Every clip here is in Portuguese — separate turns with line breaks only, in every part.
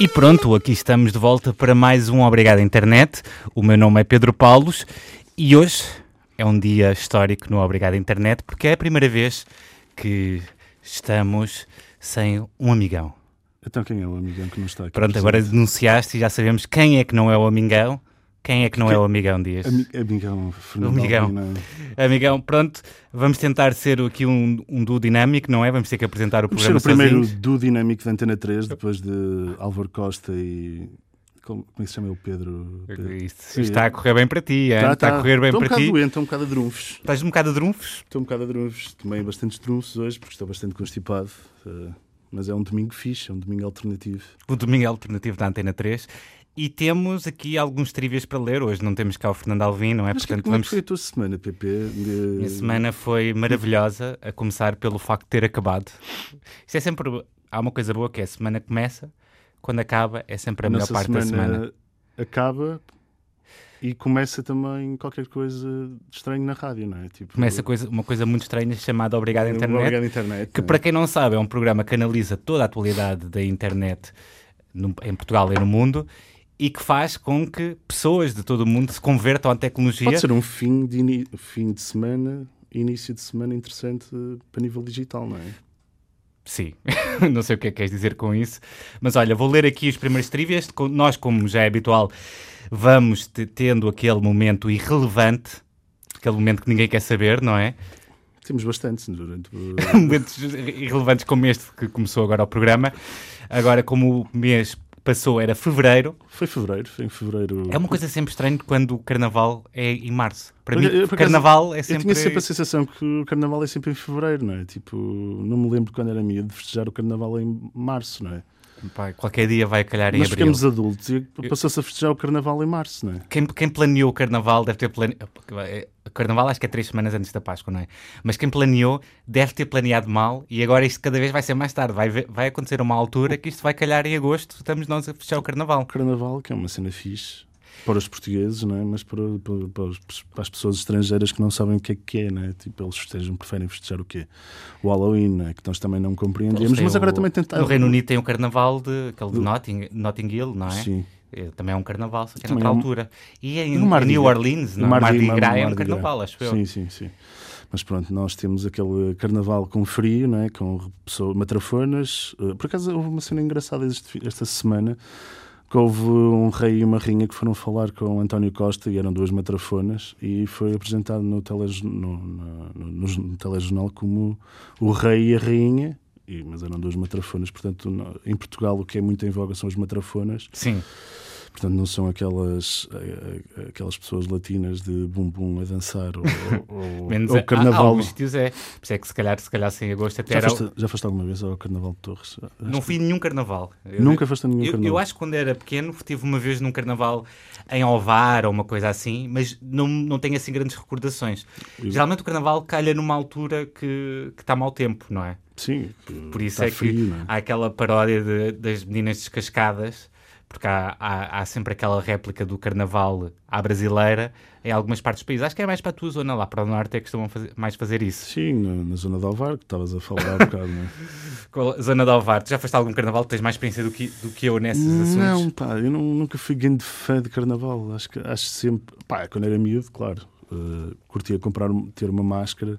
E pronto, aqui estamos de volta para mais um Obrigado Internet. O meu nome é Pedro Paulos e hoje é um dia histórico no Obrigado Internet porque é a primeira vez que estamos sem um amigão.
Então quem é o amigão que não está aqui?
Pronto, agora
presente?
denunciaste e já sabemos quem é que não é o amigão. Quem é que não é o amigão Dias?
Ami- Amigão Fernando
Amigão.
Alvina.
Amigão, pronto, vamos tentar ser aqui um, um duo dinâmico, não é? Vamos ter que apresentar o
Vamos ser
programa
o primeiro
sozinhos.
do Dinâmico da Antena 3, depois de Álvaro Costa e... Como, como é que se chama o Pedro? Pedro.
Isto está a correr bem para ti, hein? está tá a correr bem
estou um
para
bocado
ti.
doente, estou um bocado a drunfos.
Estás um bocado de drunfos?
Estou um bocado a drunfos. Tomei bastantes drunfos hoje porque estou bastante constipado. eh, mas é um domingo fixe, é um domingo alternativo.
o Domingo Alternativo da Antena 3. E temos aqui alguns trivias para ler. Hoje não temos cá o Fernando Alvim, não é?
Mas que-
Portanto,
como é que
vamos.
foi a tua semana, PP?
Minha semana foi maravilhosa, a começar pelo facto de ter acabado. Isto é sempre. Há uma coisa boa que é a semana começa, quando acaba é sempre a, melhor
nossa
parte da semana.
acaba e começa também qualquer coisa de estranho na rádio, não é? Tipo,
Começa coisa, uma coisa muito estranha chamada Obrigado Internet.
Obrigado, internet.
que
não é?
para quem não sabe é um programa que analisa toda a atualidade da internet no- em Portugal e no mundo e que faz com que pessoas de todo o mundo se convertam à tecnologia.
Pode ser um fim de, ini- fim de semana, início de semana interessante eh, para nível digital, não é?
Sim, não sei o que é que queres dizer com isso, mas olha, vou ler aqui os primeiros trivias. Co- Nós, como já é habitual, vamos te- tendo aquele momento irrelevante, aquele momento que ninguém quer saber, não é?
Temos bastante durante o.
Momentos irrelevantes como este que começou agora o programa. Agora, como o mês passou, era fevereiro.
Foi fevereiro, foi em fevereiro.
É uma coisa sempre estranha quando o carnaval é em março. Para
Eu-
mim,
eu, por acaso,
carnaval é
Eu tinha
sempre.
sempre a sensação que o carnaval é sempre em fevereiro, não é? Tipo, não me lembro quando era miúdo de festejar o carnaval em março, não é?
Pá, qualquer dia vai calhar em
Nós
abril.
ficamos adultos e passou-se a festejar o carnaval em março, não é?
Quem, quem planeou o carnaval deve ter planeado. O carnaval acho que é três semanas antes da Páscoa, não é? Mas quem planeou deve ter planeado mal e agora isto cada vez vai ser mais tarde. Vai, ver- vai acontecer uma altura que isto vai calhar em agosto. Estamos nós a fechar o carnaval.
O carnaval, que é uma cena fixe para os portugueses, não é? mas para, para- para os- para as pessoas estrangeiras que não sabem o que é que é, não é? Tipo, eles festejam, preferem festejar o quê? O Halloween, não é? que nós também não compreendemos,
Tem
mas agora
o-
também tentar.
No Reino Unido tem o carnaval de, aquele de Notting, Notting Hill, não é?
Sim.
Eh, Também é um carnaval, só que é
Também
noutra
é um-
altura. E em
No Mardi
New
Gras.
Orleans,
O
não? Mardi, Gras
Gras,
é um
Mardi Gras.
carnaval, acho eu.
Sim, sim, sim. Mas pronto, nós temos aquele carnaval com frio, não é? com pessoas, matrafonas. Uh, Por acaso houve uma cena engraçada este- esta semana que houve um rei e uma rainha que foram falar com António Costa e eram duas matrafonas e foi apresentado no, telejor- no, na- no- no jor- no telejornal como o rei e a rainha. E- mas eram duas matrafonas, portanto, no- em Portugal o que é muito em voga são as matrafonas,
Sim.
Portanto, não são aquelas, eh, eh, aquelas pessoas latinas de bumbum a dançar ou, ou- ou-
Menos é- ah,
ou
a- há- há
carnaval.
alguns sítios é. Por isso é que se calhar, se calhar sem agosto até
já,
era.
foste, já foste alguma vez ao Carnaval de Torres? Eh,
Não fui em nenhum carnaval. Eu-
Nunca foste a nenhum
eu,
carnaval.
eu acho que quando era pequeno tive uma vez num carnaval em Ovar ou uma coisa assim, mas não, não tenho assim grandes recordações. Geralmente o carnaval calha numa altura que que está mau tempo, não é?
Sim,
Por isso
está
é
frio,
que
não é?
há aquela paródia de- das meninas descascadas, porque há, há- há sempre aquela réplica do carnaval à brasileira em algumas partes do país. Acho que é mais para a tua zona lá, para o norte é que costumam fazer- mais fazer isso.
Sim, na, na zona de Alvar, que estavas a falar há bocado, não é?
Qual- Zona de Alvar, tu já foste a algum carnaval? Tens mais experiência do que, do que eu nesses assuntos?
Não, pá, eu não- nunca fui grande fã de carnaval. Acho que acho sempre. Pá, quando era miúdo, claro. eh, curtia comprar, um- ter uma máscara,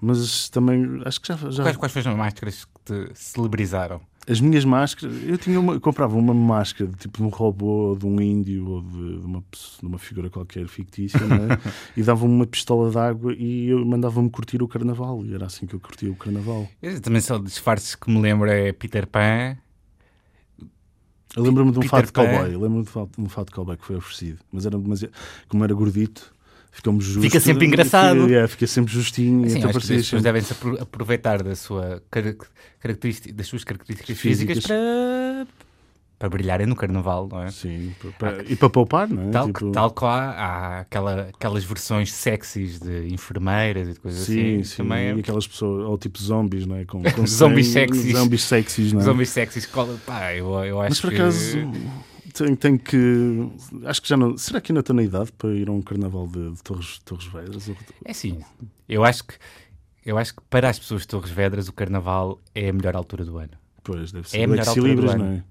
mas também acho que já. já-
Quais, quais foram as máscaras que te celebrizaram?
As minhas máscaras, eu tinha uma, comprava uma máscara de tipo de um robô, ou de um índio ou de, de uma, pessoa- de uma figura qualquer fictícia, não é? e dava-me uma pistola d'água e eu mandava-me curtir o carnaval. E era assim que eu curtia o carnaval.
Eu também só disfarces que me lembro é Peter Pan,
Eu lembro-me de um
Peter
fato de
Pan.
cowboy. Eu lembro-me de um fato- de um fato de cowboy que foi oferecido. Mas era demasiado. Como era gordito, ficamos justos.
Fica sempre engraçado.
Fica, yeah, fica sempre justinho.
Sim,
até
acho que
parecia
as pessoas
sempre-
devem se apro- aproveitar da sua cara- característica- das suas características físicas,
Físicas.
para, para brilharem no carnaval, não é?
Sim, pa- pa- e para poupar, não é?
Tal,
Tipo,
tal qual há aquela, aquelas versões sexys de enfermeiras e de coisas
Sim,
assim.
sim.
Também é-
E aquelas pessoas, ou tipo zombies, não é? Com, com
Zombies
sangue,
sexys.
Zombies sexys, não é?
Os homens sexys, cola- pá, eu, eu acho
Mas por
que-
acaso tenho, tenho que. Acho que já não. Será que ainda estou na idade para ir a um carnaval de, de Torres, Torres Vedras? Ou-
É assim, eu acho que... Eu acho que para as pessoas de Torres Vedras o carnaval é a melhor altura do ano.
Pois, deve ser.
É a melhor altura do
Equilibras,
ano.
não é?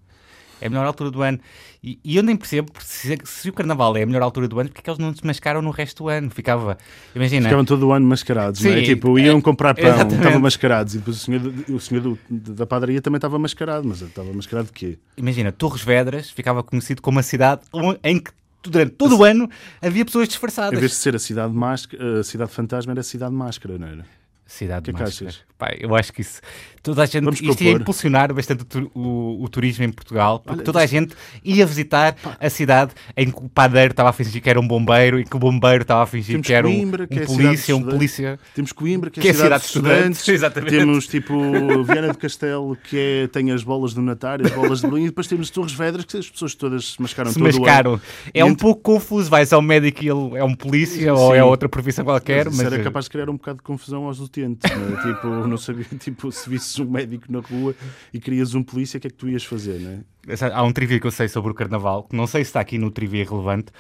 É a melhor altura do ano. E, e eu nem percebo se, se o carnaval é a melhor altura do ano, porque é que eles não desmascaram no resto do ano? Ficava, imagina,
Ficavam todo o ano mascarados, não é?
Sim,
Tipo, iam comprar pão,
exatamente.
estavam mascarados. E depois o senhor, do- o senhor do- da padaria também estava mascarado, mas estava mascarado de quê?
imagina, Torres Vedras ficava conhecido como a cidade on- em que durante todo o ano havia pessoas
Em vez de
disfarçadas.
ser a cidade, máscara, a cidade fantasma, era a cidade máscara, não era?
Cidade
que é que
máscara.
achas?
Pá, eu acho que isso toda a gente
Vamos
isto ia
propor.
impulsionar bastante o, tu- o- o turismo em Portugal, porque
Olha,
toda a gente ia visitar a cidade em que o padeiro estava a fingir que era um bombeiro e que o bombeiro estava a fingir
Temos
que era um,
Coimbra, que
um
é a cidade
polícia, um
dos estudantes.
polícia.
Temos Coimbra, que é,
Que é
a
cidade de
cidade, de estudantes.
estudantes, exatamente.
Temos tipo Viana do Castelo, que é, tem as bolas do Natário, as bolas de Belém, e depois temos Torres Vedras, que as pessoas todas se mascaram
se
todo o
mascaram.
ano.
É um
Ent-
pouco confuso, vais ao médico e ele é um polícia ou
Sim.
é outra profissão qualquer,
Isso
mas
era
eh,
capaz de criar um bocado de confusão aos utentes. não é? tipo, não sabia, tipo, se visses um médico na rua e querias um polícia, o que é que tu ias fazer, não é?
há um trivia que eu sei sobre o carnaval, que não sei se está aqui no trivia relevante,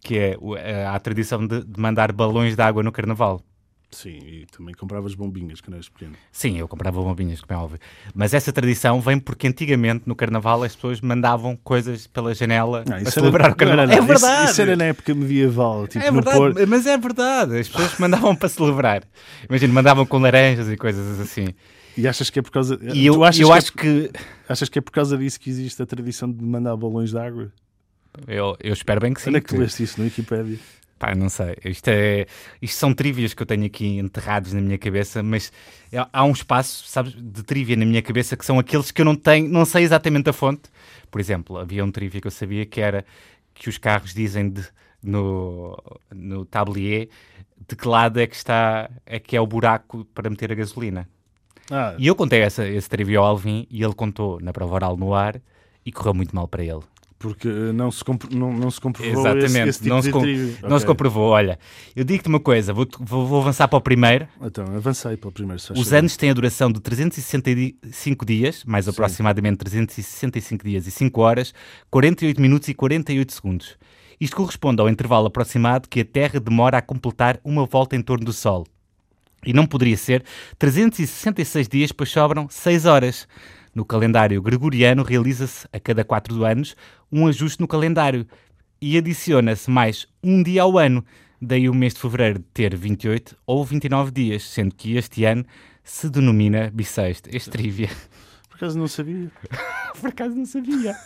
que é o- eh, há a tradição de, de mandar balões de água no carnaval.
Sim, e também compravas bombinhas quando eras pequeno.
Sim, eu comprava bombinhas, como é óbvio. Mas essa tradição vem porque antigamente no carnaval as pessoas mandavam coisas pela janela
Não,
para
isso
celebrar
era-
o carnaval.
não, não, não,
é verdade!
Isso, isso era na época medieval, tipo,
É
no
verdade,
Porto.
mas é verdade. As pessoas mandavam para celebrar. Imagina, mandavam com laranjas e coisas assim.
E achas que é por causa.
E
tu
eu,
achas
eu
que é-
acho que
Achas que é por causa disso que existe a tradição de mandar balões de água?
Eu, eu espero bem que sim.
Onde é que tu
que-
leste isso no Wikipédia?
Pá, não sei. Isto, é, isto são trivias que eu tenho aqui enterrados na minha cabeça, mas há- há um espaço, sabes, de trivia na minha cabeça que são aqueles que eu não tenho, não sei exatamente a fonte. Por exemplo, havia um trivia que eu sabia que era que os carros dizem de- no, no tablier de que lado é que está, é que é o buraco para meter a gasolina.
Ah,
E eu contei essa, esse trivia ao Alvin e ele contou na prova oral no ar e correu muito mal para ele.
porque eh, não se, compro- não, não se comprovou
Exatamente,
esse, esse tipo
não, se
de
com-
intriga.
não se
Ok.
comprovou. Olha, eu digo-te uma coisa, vou, vou- vou avançar para o primeiro.
Então, avancei para o primeiro. se faz
Os
favor.
anos têm a duração de 365 dias, mais aproximadamente 365 dias e 5 horas, 48 minutos e 48 segundos. Isto corresponde ao intervalo aproximado que a Terra demora a completar uma volta em torno do Sol. E não poderia ser 366 dias, pois sobram 6 horas. No calendário gregoriano realiza-se a cada 4 anos um ajuste no calendário e adiciona-se mais um dia ao ano. Daí o mês de fevereiro ter 28 ou 29 dias, sendo que este ano se denomina bissexto. Este trivia.
Por acaso não sabia.
Por acaso não sabia.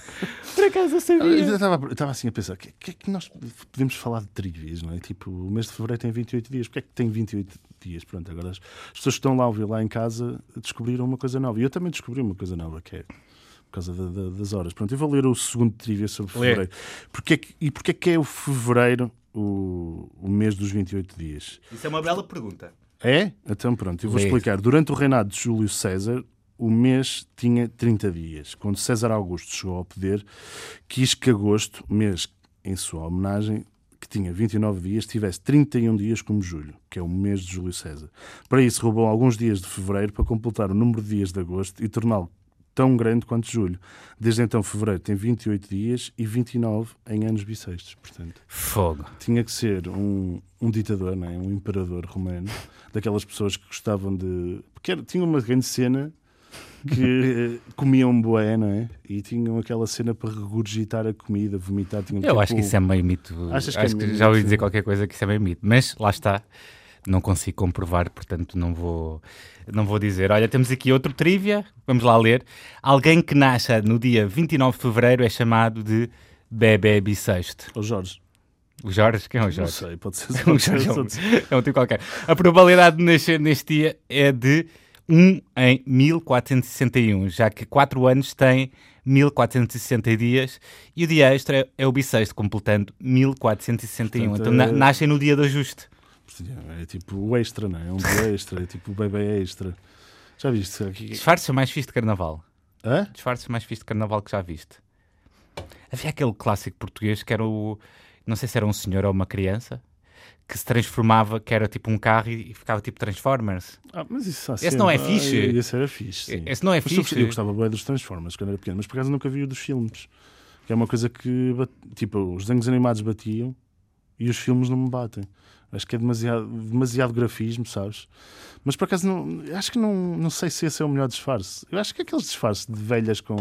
Por acaso eu
Eu
sabia.
estava, eu estava assim a pensar: o que, que é que nós podemos falar de trivias, não é? Tipo, o mês de fevereiro tem 28 dias. Porquê é que tem 28 dias? Pronto, agora as as pessoas que estão lá a ouvir lá em casa descobriram uma coisa nova. E eu também descobri uma coisa nova, que é por causa da- da- das horas. Pronto, eu vou ler o segundo trivia sobre
Lê.
fevereiro. Porquê que- e porquê que é o fevereiro o, o mês dos 28 dias?
Isso é uma bela pergunta.
É? Então pronto, eu vou
Lê.
explicar. Durante o reinado de Júlio César, o mês tinha 30 dias. Quando César Augusto chegou ao poder, quis que agosto, mês em sua homenagem, que tinha 29 dias, tivesse 31 dias como julho, que é o mês de Júlio César. Para isso, roubou alguns dias de fevereiro para completar o número de dias de agosto e torná-lo tão grande quanto julho. Desde então, fevereiro tem 28 dias e 29 em anos bissextos, portanto
Fogo.
tinha que ser um, um ditador, não é? um imperador romano, daquelas pessoas que gostavam de. Porque era- tinha uma grande cena que eh, comiam boé, não é? E tinham aquela cena para regurgitar a comida, vomitar. Tinham tipo
Eu acho que isso é meio mito.
Um Achas que
acho
é
que
mito?
já ouvi dizer qualquer coisa que isso é meio mito. Mas lá está. Não consigo comprovar, portanto não vou, não vou dizer. Olha, temos aqui outro trivia. Vamos lá ler. Alguém que nasce no dia 29 de fevereiro é chamado de bebê bissexto.
Ô Oh, Jorge,
O Jorge? Quem é o
não
é- Jorge?
sei, pode ser.
Um
pode ser-
Jorge é um-
pode ser-
é um tipo qualquer. A probabilidade de nascer neste dia é de um em 1461, já que 4 anos tem 1460 dias e o dia extra é, é o bissexto, completando 1461.
Portanto,
então na-
é-
nascem no dia do ajuste.
É tipo o extra, não é? É um bebê extra, é tipo o bebê extra. Já viste? Aqui...
Disfarce mais fixe de carnaval.
Hã?
Disfarce mais fixe de carnaval que já viste. Havia aquele clássico português que era o. Não sei se era um senhor ou uma criança que se transformava, que era tipo um carro e e ficava tipo Transformers.
Ah, mas isso há
Esse não é
sempre.
fixe?
Ai, esse era fixe. Sim.
Esse não é
Mas
fixe.
eu gostava bem dos Transformers quando era pequeno, mas por acaso nunca vi o dos filmes. Que é uma coisa que, bat- tipo, os desenhos animados batiam e os filmes não me batem. Acho que é demasiado, demasiado grafismo, sabes? Mas por acaso, não, acho que não, não sei se esse é o melhor disfarce. Eu acho que aqueles disfarces de velhas com.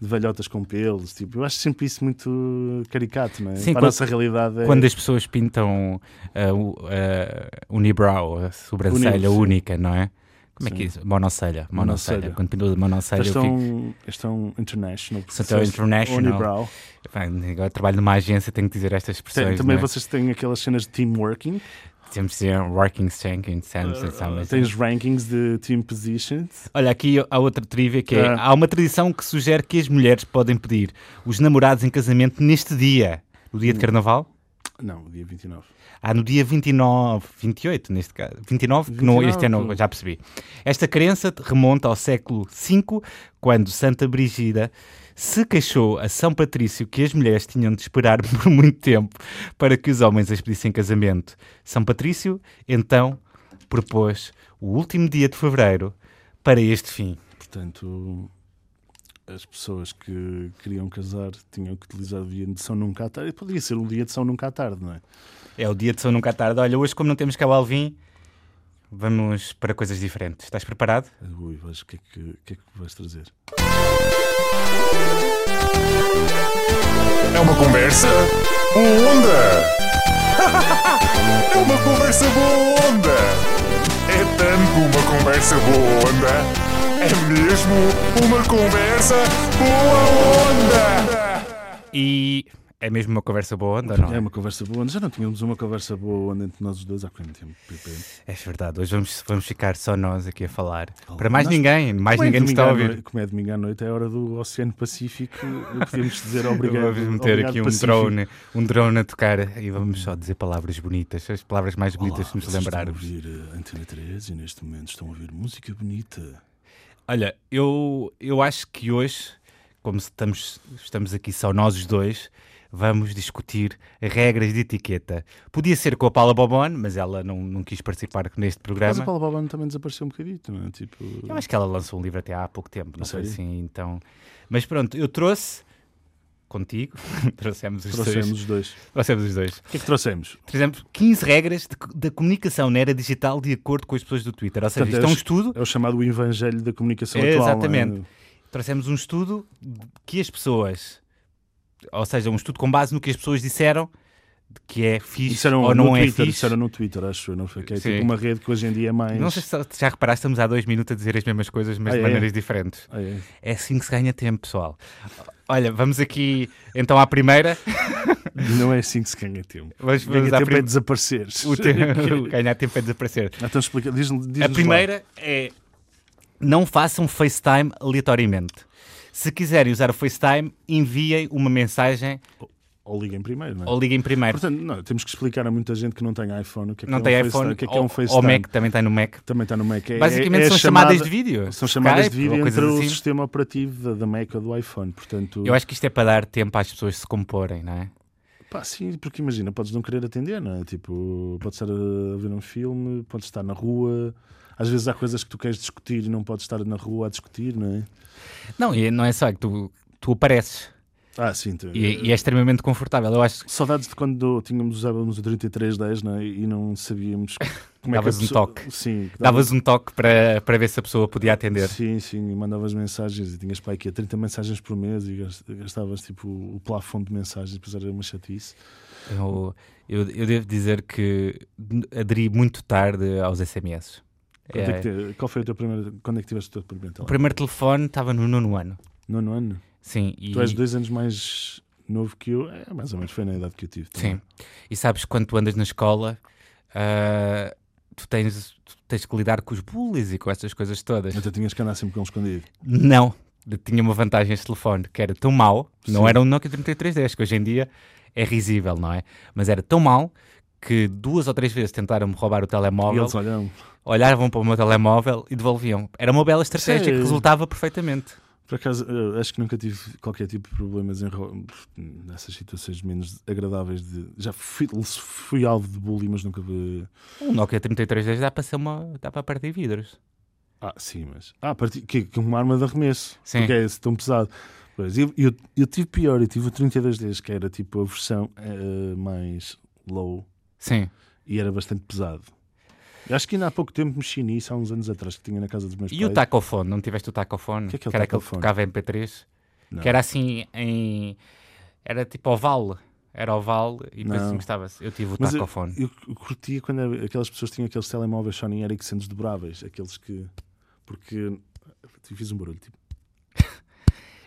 de velhotas com pelos, tipo, eu acho sempre isso muito caricato, não é?
Sim,
Para
quando-
a nossa realidade é.
Quando as pessoas pintam ah, o ah, unibrow, a sobrancelha
Unido, sim.
única, não é? Como é que é
Sim.
isso? Monocelha. Monocelha.
Monocelha.
Quando pintou de monocelha,
Eles
eu
estão,
fico.
eles estão international. porque
Estão
disseste
international.
Unibrow.
Pá, Agora trabalho numa agência, tenho que dizer estas
Tem-
expressões.
também
não é?
vocês têm aquelas cenas de team working.
Temos de dizer working, shanking, sands,
Eh,
and summers.
Tens rankings de team positions.
Olha, aqui há outra trivia que é:
Ah.
há uma tradição que sugere que as mulheres podem pedir os namorados em casamento neste dia, no
Hum.
dia de carnaval.
Não, dia 29.
Há Ah, no dia 29, 28 neste caso, 29, que não, este é novo,
29.
já percebi. Esta crença remonta ao século V, quando Santa Brigida se queixou a São Patrício que as mulheres tinham de esperar por muito tempo para que os homens as pedissem em casamento. São Patrício, então, propôs o último dia de fevereiro para este fim.
Portanto, as pessoas que queriam casar tinham que utilizar o dia de São Nunca à Tarde. Podia ser o dia de São Nunca à Tarde, não é?
É o dia de São Nunca à Tarde. Olha, hoje, como não temos cá o Alvin, vamos para coisas diferentes. Estás preparado?
Ui, vejo o que, é que, o que é que vais trazer.
É uma conversa boa onda. É uma conversa boa onda. É tanto uma conversa boa onda. É mesmo uma conversa boa onda.
E é mesmo uma conversa boa, onda, Então não
É uma conversa boa. Já não tínhamos uma conversa boa onde entre nós os dois há quanto tempo? Pepe?
É verdade, hoje vamos, vamos ficar só nós aqui a falar.
Oh,
Para mais
nós-
ninguém, mais
Como é
ninguém nos
domingo
está a
à
ouvir.
noite- Como é domingo à noite, é hora do Oceano Pacífico. Podíamos dizer obrigado.
Vamos meter
obrigado,
aqui um
Pacífico. Hum.
drone, um drone a tocar e vamos só dizer palavras bonitas, as palavras mais bonitas que nos
vocês estão a
lembrarmos.
ouvir eh, Antena 13 e neste momento estão a ouvir música bonita.
Olha, eu, eu acho que hoje, como estamos, estamos aqui só nós os dois, vamos discutir regras de etiqueta. Podia ser com a Paula Bobone, mas ela não, não quis participar neste
Mas a
programa.
Paula Babano também desapareceu um bocadito, não é? Tipo,
Eu acho que ela lançou um livro até há pouco tempo, não
A
foi
sério?
assim, então... Mas pronto, eu trouxe contigo, trouxemos os
trouxemos
dois.
os dois.
Trouxemos os dois.
O que é que trouxemos?
Trouxemos 15 regras de co- da comunicação na era digital de acordo com as pessoas do Twitter. Ou seja,
Portanto,
isto é um
os-
estudo,
É o chamado evangelho da comunicação
É,
atual.
exatamente.
não é?
trouxemos um estudo de- que as pessoas, ou seja, um estudo com base no que as pessoas disseram de que é fixe
Disseram
ou não
um no
é
Twitter,
fixe.
disseram no Twitter, acho eu, não foi? Que é
Sim.
tipo uma rede que hoje em dia é mais.
Não sei se se já reparaste, estamos há dois minutos a dizer as mesmas coisas, mas
Ah,
de
é?
maneiras diferentes.
Ah, é.
É assim que se ganha tempo, pessoal. Olha, vamos aqui então à primeira.
Não é assim que se ganha tempo.
Vamos,
Ganha
vamos à
tempo é
prim...
desaparecer.
o te- ganhar tempo é desaparecer.
Então explica, diz, diz
A primeira é não façam FaceTime aleatoriamente. Se quiserem usar o FaceTime, enviem uma mensagem
Ou liguem primeiro, não é?
ou liguem primeiro.
Portanto, não, temos que explicar a muita gente que não tem iPhone o que é que
não
é um
tem
FaceTime,
iPhone
o que é que é
ou,
um
ou
FaceTime.
Mac, também tem no Mac.
Também está no Mac. É-
Basicamente
é- é
são
chamada-
chamadas de vídeo.
São chamadas
Skype,
de
ou
vídeo
coisas
entre o
assim.
sistema operativo da, da Mac ou do iPhone. Portanto,
Eu acho que isto é para dar tempo às pessoas se comporem, não é?
pá, sim, porque imagina, podes não querer atender, não é? Tipo, podes estar a ver um filme, podes estar na rua. Às vezes há coisas que tu queres discutir e não podes estar na rua a discutir, não é?
Não, e não é só é que tu, tu apareces
Ah, sim. tu-
e, e é extremamente confortável. Eu acho que
Saudades de quando tínhamos, usávamos o 3310 não é? e não sabíamos como é que a
Davas um
pessoa-
toque.
Sim,
davas um toque para, para ver se a pessoa podia atender.
Sim, sim, e mandavas mensagens e tinhas para aqui 30 mensagens por mês e gas- gastavas tipo o plafond de mensagens, depois era uma chatice.
Eu, eu, eu devo dizer que aderi muito tarde aos SMS.
Quanto é que te- qual foi o teu primeiro? Quando é que tiveste o teu primeiro
O
telefone?
primeiro telefone estava no nono ano.
Nono ano.
Sim, e,
Tu és dois anos mais novo que eu, é mais ou menos, foi na idade que eu tive. também.
sim. E sabes quando tu andas na escola, ah, tu tens, tu tens que lidar com os bullies e com essas coisas todas.
Então tinhas que andar sempre com ele escondido.
Não, tinha uma vantagem este telefone que era tão mau, não
Sim.
era um Nokia 3310, que hoje em dia é risível, não é? Mas era tão mau que duas ou três vezes tentaram-me roubar o
e
telemóvel,
eles olham.
olhavam para o meu telemóvel e devolviam. Era uma bela estratégia que
Sério?
resultava perfeitamente.
Por acaso, eh, acho que nunca tive qualquer tipo de problemas em ro- nessas situações menos agradáveis. de- Já fui, fui alvo de bullying, mas nunca. eh,
Um Nokia 3310 dá para ser uma. dá para partir vidros.
Ah, sim, mas. Ah, parti... que, que uma arma de arremesso.
Sim.
Porque é esse tão pesado. Pois, eu, eu, eu tive pior, eu tive o 3210, que era tipo a versão eh, mais low
Sim.
e era bastante pesado. Eu Acho que ainda há pouco tempo mexi nisso, há uns anos atrás, que tinha na casa dos meus
E
pais.
o tacofone? Não tiveste o tacofone?
O que é que é o
era aquele que
tacofone?
tocava MP3?
Não.
Que era assim em. Era tipo oval. Era oval e depois
Não.
assim gostava-se. Eu tive o
Mas eh, eu-
tacofone.
Eu, eu curtia quando era- aquelas pessoas tinham aqueles telemóveis Sony Ericsson dobráveis, aqueles que. Porque. Fiz um barulho, tipo.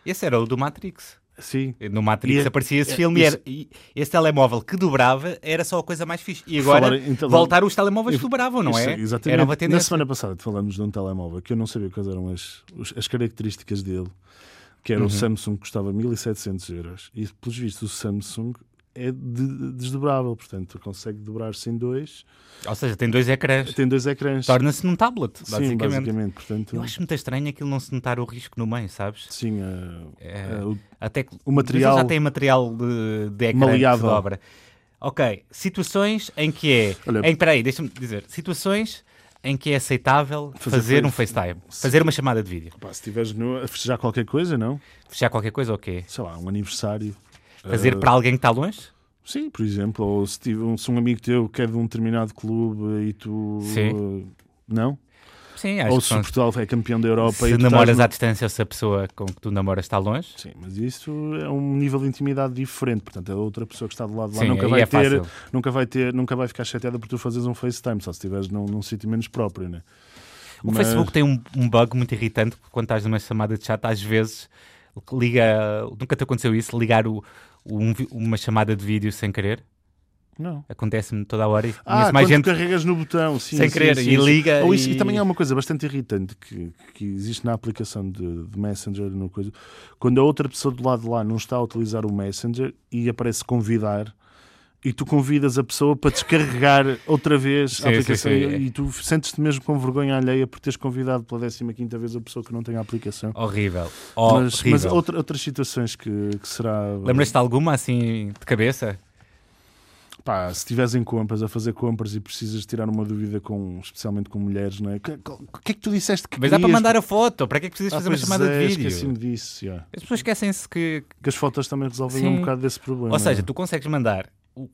Esse era o do Matrix.
Sim.
No Matrix
E-
aparecia esse
e-
filme e,
isso-
era- e esse telemóvel que dobrava era só a coisa mais fixe. E agora
Falar em tele-
voltar os telemóveis que
Isso-
dobravam, não é?
Isso, Exatamente.
Era uma
Na
tendência.
semana passada falamos de um telemóvel que eu não sabia quais eram as, os- as características dele, que
Uhum.
era o Samsung que custava 1700 euros. E, pelos vistos, o Samsung é de- desdobrável, portanto, consegue dobrar-se em dois.
Ou seja, tem dois ecrãs.
Tem dois ecrãs.
Torna-se num tablet, basicamente.
Sim, basicamente. Portanto,
Eu acho muito estranho aquilo não se notar o risco no meio, sabes?
sim, a-
É.
a- o-
Até que
O material-
mas eles já tem material de, de ecrã
Maleável.
que se dobra. Ok, situações em que é.
Olha-
em- Espera aí, deixa-me dizer. Situações em que é aceitável fazer,
Fazer
um
face-
FaceTime, fazer uma chamada de vídeo.
pá, se estiveres nu a festejar qualquer coisa, não?
Fechar qualquer coisa ou quê?
Sei lá, um aniversário.
Fazer
Eh,
para alguém que está longe?
Sim, por exemplo, ou se, tive um, se um amigo teu que é de um determinado clube e tu.
Sim.
Não?
Sim, acho
Ou
que
se
são-
Portugal é campeão da Europa e
se
tu
namoras
estás no-
à distância ou se a pessoa com que tu namoras está longe.
Sim, mas isso é um nível de intimidade diferente. Portanto, a outra pessoa que está do lado de lá
Sim,
nunca
aí
vai,
é
ter,
fácil.
nunca vai ter, nunca vai ficar chateada por tu fazeres um FaceTime, só se estiveres num, num sítio menos próprio, né?
O
Mas-
Facebook tem um, um bug muito irritante porque quando estás numa chamada de chat, às vezes liga. Nunca te aconteceu isso? Ligar o- o- um vi- uma chamada de vídeo sem querer?
Não.
Acontece-me toda a hora e
Ah,
conheço mais
quando
gente.
carregas no botão, sim,
Sem
sim,
querer,
sim,
e
sim.
liga
Ou isso, e...
e-
também há uma coisa bastante irritante que, que existe na aplicação de, de Messenger, no coisa, quando a outra pessoa do lado de lá não está a utilizar o Messenger e aparece convidar. E tu convidas a pessoa para descarregar outra vez
Sim,
a aplicação
sim, sim,
e,
é.
e tu sentes-te mesmo com vergonha alheia por teres convidado pela 15 vez a pessoa que não tem a aplicação.
Horrível.
mas
Oh, Horrível.
mas outra- outras situações que, que será.
Lembras-te de alguma assim de cabeça?
Pá, se estiveres em compras a fazer compras e precisas tirar uma dúvida com, especialmente com mulheres, não é? O que, que- que é que tu disseste que
Mas dá para
querias?
mandar a foto, para que é que precisas
Ah,
fazer uma
pois
chamada
é,
de vídeo?
Esqueci-me disso, já.
As pessoas esquecem-se que.
Que as fotos também resolvem
Sim.
um bocado desse problema.
Ou seja, tu consegues mandar. o-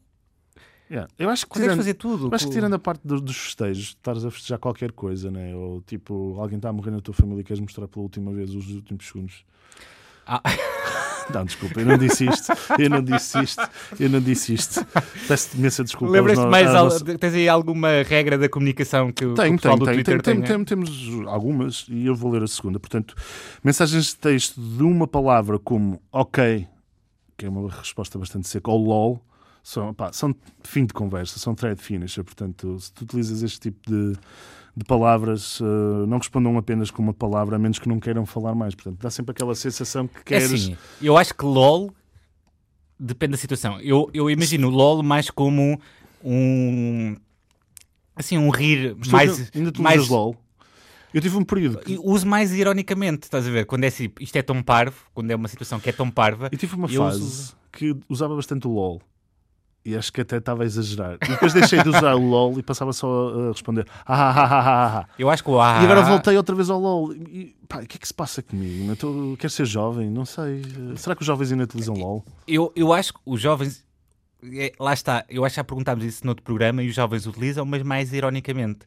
Já. eu acho que
Consegues
tirando,
fazer tudo.
eu acho
com-
que tirando a parte do- dos festejos, estares a festejar qualquer coisa, né? Ou tipo, alguém está a morrer na tua família e queres mostrar pela última vez os últimos segundos.
Ah.
Não, desculpa, eu não disse isto. Eu não disse isto. Eu não disse isto. Peço imensa desculpa. aos
Lembras-te
no-
mais.
à
al-
nossa-
Tens aí alguma regra da comunicação que o que o
Tenho,
pessoal
tenho,
do
tenho,
Twitter
tenho,
tem? é.
tenho, tenho, temos algumas e eu vou ler a segunda. Portanto, mensagens de texto de uma palavra como ok, que é uma resposta bastante seca, ou lol, são, pá, são fim de conversa, são thread finisher. Portanto, se tu utilizas este tipo de, de palavras, eh, não respondam apenas com uma palavra, a menos que não queiram falar mais. Portanto, dá sempre aquela sensação que
É
queres.
assim, eu acho que LOL depende da situação. Eu, eu imagino o LOL mais como um. Assim, um rir
Mas tu
mais.
ainda, ainda tu
mais
usas lol? Eu tive um período que-
E uso mais ironicamente, estás a ver? Quando é assim, isto é tão parvo, quando é uma situação que é tão parva.
Eu tive uma
Eu
fase
uso-
que usava bastante o LOL. E acho que até estava a exagerar. E depois deixei de usar o LOL e passava só a responder. "Ah, ah, ah, ah, ah, ah."
Eu acho que o ah,
E agora voltei outra vez ao LOL. E, pá, o que é que se passa comigo? Eu tô- quero ser jovem, não sei. Eh, Será que os jovens ainda utilizam LOL?
Eu, eu acho que os jovens. é, lá está, eu acho que já perguntámos isso noutro programa e os jovens utilizam, mas mais ironicamente.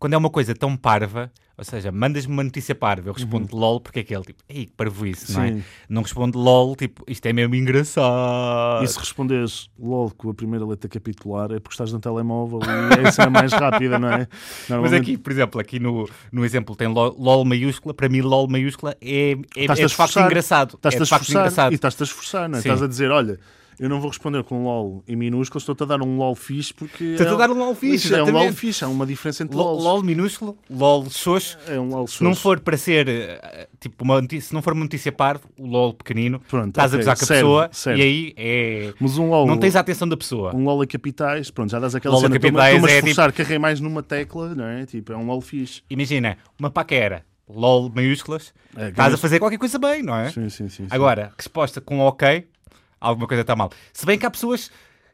Quando é uma coisa tão parva, ou seja, mandas-me uma notícia parva, eu respondo LOL porque é aquele tipo, ei, que parvo isso, não é?
Uhum. Sim.
Não respondo LOL, tipo, isto é mesmo engraçado.
E se responderes LOL com a primeira letra capitular é porque estás no telemóvel e essa é mais rápida, não é?
Mas
Normalmente
aqui, por exemplo, aqui no, no exemplo tem LOL, LOL maiúscula, para mim LOL maiúscula é, é, é
Estás-te a
de facto
esforçar,
engraçado. É
Estás-te a
de facto
esforçar
engraçado.
e estás-te a esforçar, não é?
Sim.
Estás a dizer, olha, Eu não vou responder com um LOL em minúsculo, estou-te a dar um LOL fixe porque.
Estou-te
é
a dar um LOL fixe,
É um LOL
exatamente.
fixe, há uma diferença entre
LOL,
LOLs.
LOL minúsculo, LOL xoxo.
É um LOL
Se não
xoxo.
for para ser, eh, tipo, uma notícia, se não for uma notícia parva, o LOL pequenino,
Pronto,
estás a
ok,
gozar com a
serve,
pessoa
serve.
e aí é...
Mas um LOL.
Não tens a atenção da pessoa.
Um LOL a capitais, pronto, já dás aquela
LOL a
cena. Estou-me
capitais
estou-me a
é
esforçar, carrei mais numa tecla, não é? Tipo, é um LOL fixe.
Imagina, uma paquera, LOL maiúsculas,
É,
estás a
ganhas-
fazer qualquer coisa bem, não é?
Sim, sim, sim. sim.
Agora, resposta com um ok, alguma coisa está mal. Se bem que há pessoas.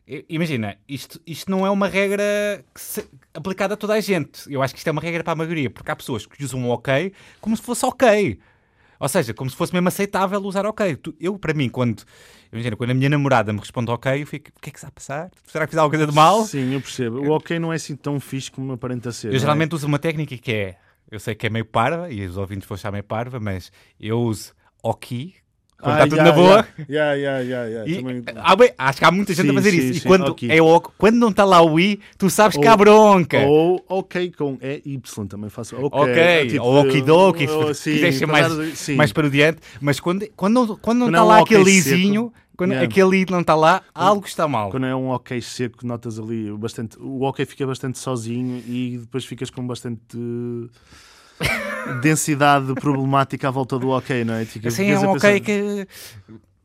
i- Imagina, isto, isto não é uma regra que se- aplicada a toda a gente. Eu acho que isto é uma regra para a maioria, porque há pessoas que usam o ok como se fosse ok. Ou seja, como se fosse mesmo aceitável usar ok. Tu- Eu, para mim, quando. Imagina, quando a minha namorada me responde ok, eu fico: o que é que está a passar? Será que fiz alguma coisa de mal?
Sim, eu percebo. O ok não é assim tão fixe como aparenta ser. não
Eu
é?
geralmente uso uma técnica que é. Eu sei que é meio parva, e os ouvintes vão achar meio parva, mas eu uso ok, quando está
Ah,
tudo na
yeah,
boa.
Yeah, yeah, yeah, yeah,
E,
yeah. Também-
ah, bem, acho que há muita gente
Sim,
a fazer
sim,
isso. e
sim,
quando,
ok.
é o, quando não está lá o I, tu sabes que
Ou-
há bronca.
Ou ok com EY também faço. Ok, tá, tipo, oh,
ok, ou okidoki, se quiser ser mais, mais para o diante. Mas quando, quando, não- quando não
Quando
está
é um
lá
ok
aquele
seco.
Izinho, quando
Yeah.
aquele I não está lá, algo está mal.
Quando é um ok seco, notas ali bastante. O ok fica bastante sozinho e depois ficas com bastante eh, densidade problemática à volta do ok, não é? Ficas,
Assim é
ficas a
um ok
pensar,
que...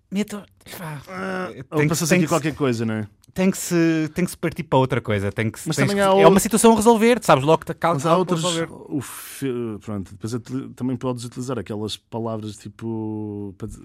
Meto... pá,
"Ah,
Tem, que,
Passou-se
tem
aqui
que se-
qualquer coisa, não é?
tem que se, tem que se partir para outra coisa. Tem que se-
Mas
tens
também
que-
há
É
o-
uma situação a resolver. tu Sabes logo que tá está
Mas há outros. o fi- pronto, depois utili- também podes utilizar aquelas palavras tipo. para dizer-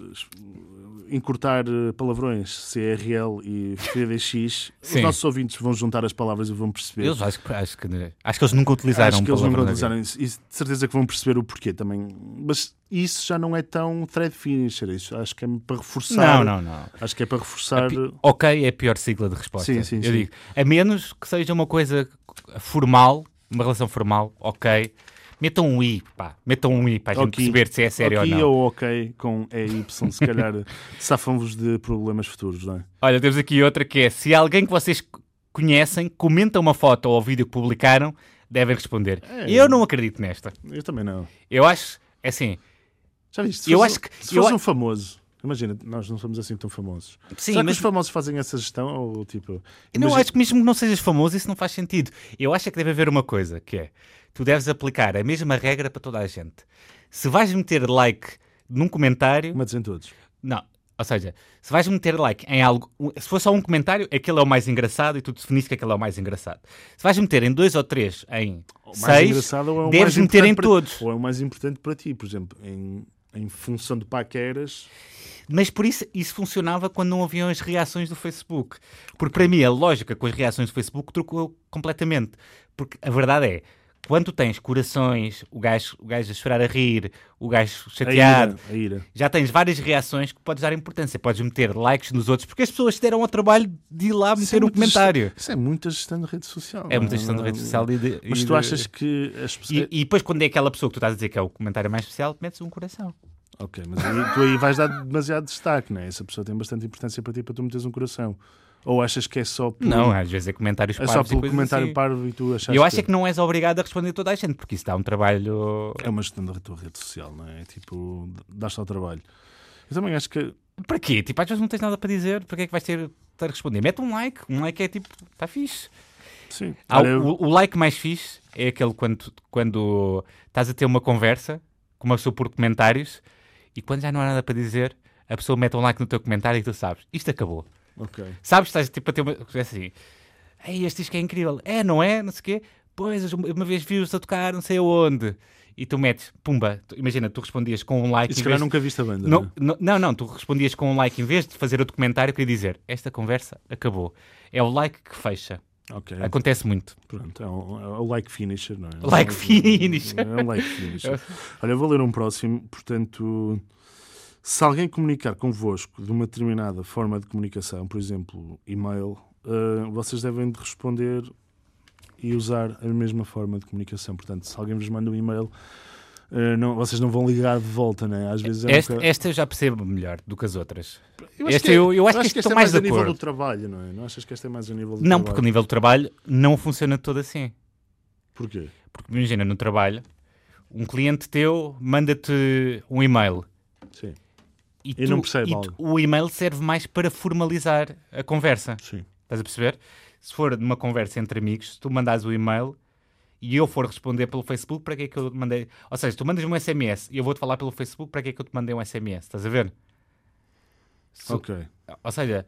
encurtar eh, palavrões, CRL e FDX.
Sim.
Os nossos ouvintes vão juntar as palavras e vão perceber.
Eles um acho, que- acho, que, acho que eles nunca utilizaram
Acho que eles não
palavras
vão
na vida.
utilizar isso. E de certeza que vão perceber o porquê também. Mas isso já não é tão thread finisher. Isso acho que é para reforçar.
Não, não, não.
Acho que é para reforçar.
Pi- Ok é a pior sigla de resposta.
Sim, sim,
eu
sim.
digo, a menos que seja uma coisa formal, uma relação formal, ok. Metam um i, pá. Metam um i para a gente
Ok.
perceber se é sério
ok
ou não.
ou ok com EY, se calhar safam-vos de problemas futuros, não é?
Olha, temos aqui outra que é, se alguém que vocês c- conhecem comenta uma foto ou vídeo que publicaram, devem responder.
É.
Eu não acredito nesta.
Eu também não.
Eu acho, é assim,
Já viste? Se
Eu
fosse-
acho que-
Se
eu
fosse
a-
um famoso. Imagina, nós não somos assim tão famosos.
Sim,
Será que
mas-
os famosos fazem essa gestão? Ou tipo.
Eu não
imagina-
acho que mesmo que não sejas famoso, isso não faz sentido. Eu acho é que deve haver uma coisa, que é, tu deves aplicar a mesma regra para toda a gente. Se vais meter like num comentário,
Metes em todos.
não, ou seja, se vais meter like em algo, se for só um comentário, aquele é o mais engraçado e tu definiste que aquele é o mais engraçado. Se vais meter em dois ou três, em
O mais
seis,
engraçado ou é o
deves
mais
meter em
importante para-
todos.
Ou é o mais importante para ti, por exemplo, em, em função de paqueras.
Mas por isso, isso funcionava quando não haviam as reações do Facebook. Porque para mim a lógica com as reações do Facebook trocou completamente. Porque a verdade é, quando tu tens corações, o gajo, o gajo a chorar a rir, o gajo
A ira,
chateado,
a ira.
já tens várias reações que podes dar importância. Podes meter likes nos outros, porque as pessoas deram ao trabalho de ir lá
Isso
meter
é
um
muito
comentário.
gest- Isso é muita gestão de rede social.
É muita gestão de rede social. E de-
Mas
e
tu
de-
achas que as pessoas.
E, e depois quando é aquela pessoa que tu estás a dizer que é o comentário mais especial, metes um coração.
é- Ok, mas aí, tu aí vais dar demasiado destaque, não é? Essa pessoa tem bastante importância para ti para tu meteres um coração. Ou achas que é só por,
Não, às vezes é comentários
é só
parvos e
pelo
coisas
comentário
assim.
parvo e tu achas
Eu acho é que não és obrigado a responder toda a gente, porque isso dá um trabalho.
É uma gestão da tua rede social, não é? Tipo, dás-te ao trabalho. Eu também acho que.
Para quê? Tipo, às vezes não tens nada para dizer, para que é que vais ter, ter a responder? Mete um like, um like é tipo, está fixe.
Sim.
Há
Olha,
Ah, o, o like mais fixe é aquele quando, quando estás a ter uma conversa com uma pessoa por comentários e quando já não há nada para dizer, a pessoa mete um like no teu comentário e tu sabes, isto acabou.
ok.
Sabes, estás tipo a ter uma coisa assim. Ei, este disco é incrível. É, não é? Não sei o quê. Pois, uma uma vez vi-os a tocar, não sei aonde. E tu metes, pumba, tu- imagina, tu respondias com um like.
E se
em
calhar
vez-
nunca viste a banda.
não,
né?
não, não, não, tu respondias com um like em vez de fazer outro comentário, queria dizer, esta conversa acabou. É o like que fecha.
é? Ok.
Acontece muito.
Pronto, é um, é um like finisher, não é?
Like
É um-
finisher.
É um like finisher. Olha, eu vou ler um próximo. Portanto, se alguém comunicar convosco de uma determinada forma de comunicação, por exemplo, e-mail, eh, vocês devem de responder e usar a mesma forma de comunicação. Portanto, se alguém vos manda um e-mail, eh, não, vocês não vão ligar de volta, né? Às vezes é um
Esta,
bocado-
esta eu já percebo melhor do que as outras.
Eu acho
este
que é-
eu- eu acho que este
este
estou
é
mais
mais,
de
a nível
acordo.
do trabalho, não é? Não achas que este é mais a nível do
Não, porque o
trabalho?
nível do trabalho não funciona todo assim.
Porquê?
Porque imagina, no trabalho, um cliente teu manda-te um e-mail
Sim.
E
E não percebe algo.
tu- o e-mail serve mais para formalizar a conversa.
Sim.
Estás a perceber? Se for numa conversa entre amigos, se tu mandas o e-mail e eu for responder pelo Facebook, para que é que eu te mandei? Ou seja, tu mandas um SMS e eu vou-te falar pelo Facebook, para que é que eu te mandei um SMS? Estás a ver? Se-
Ok.
Ou seja,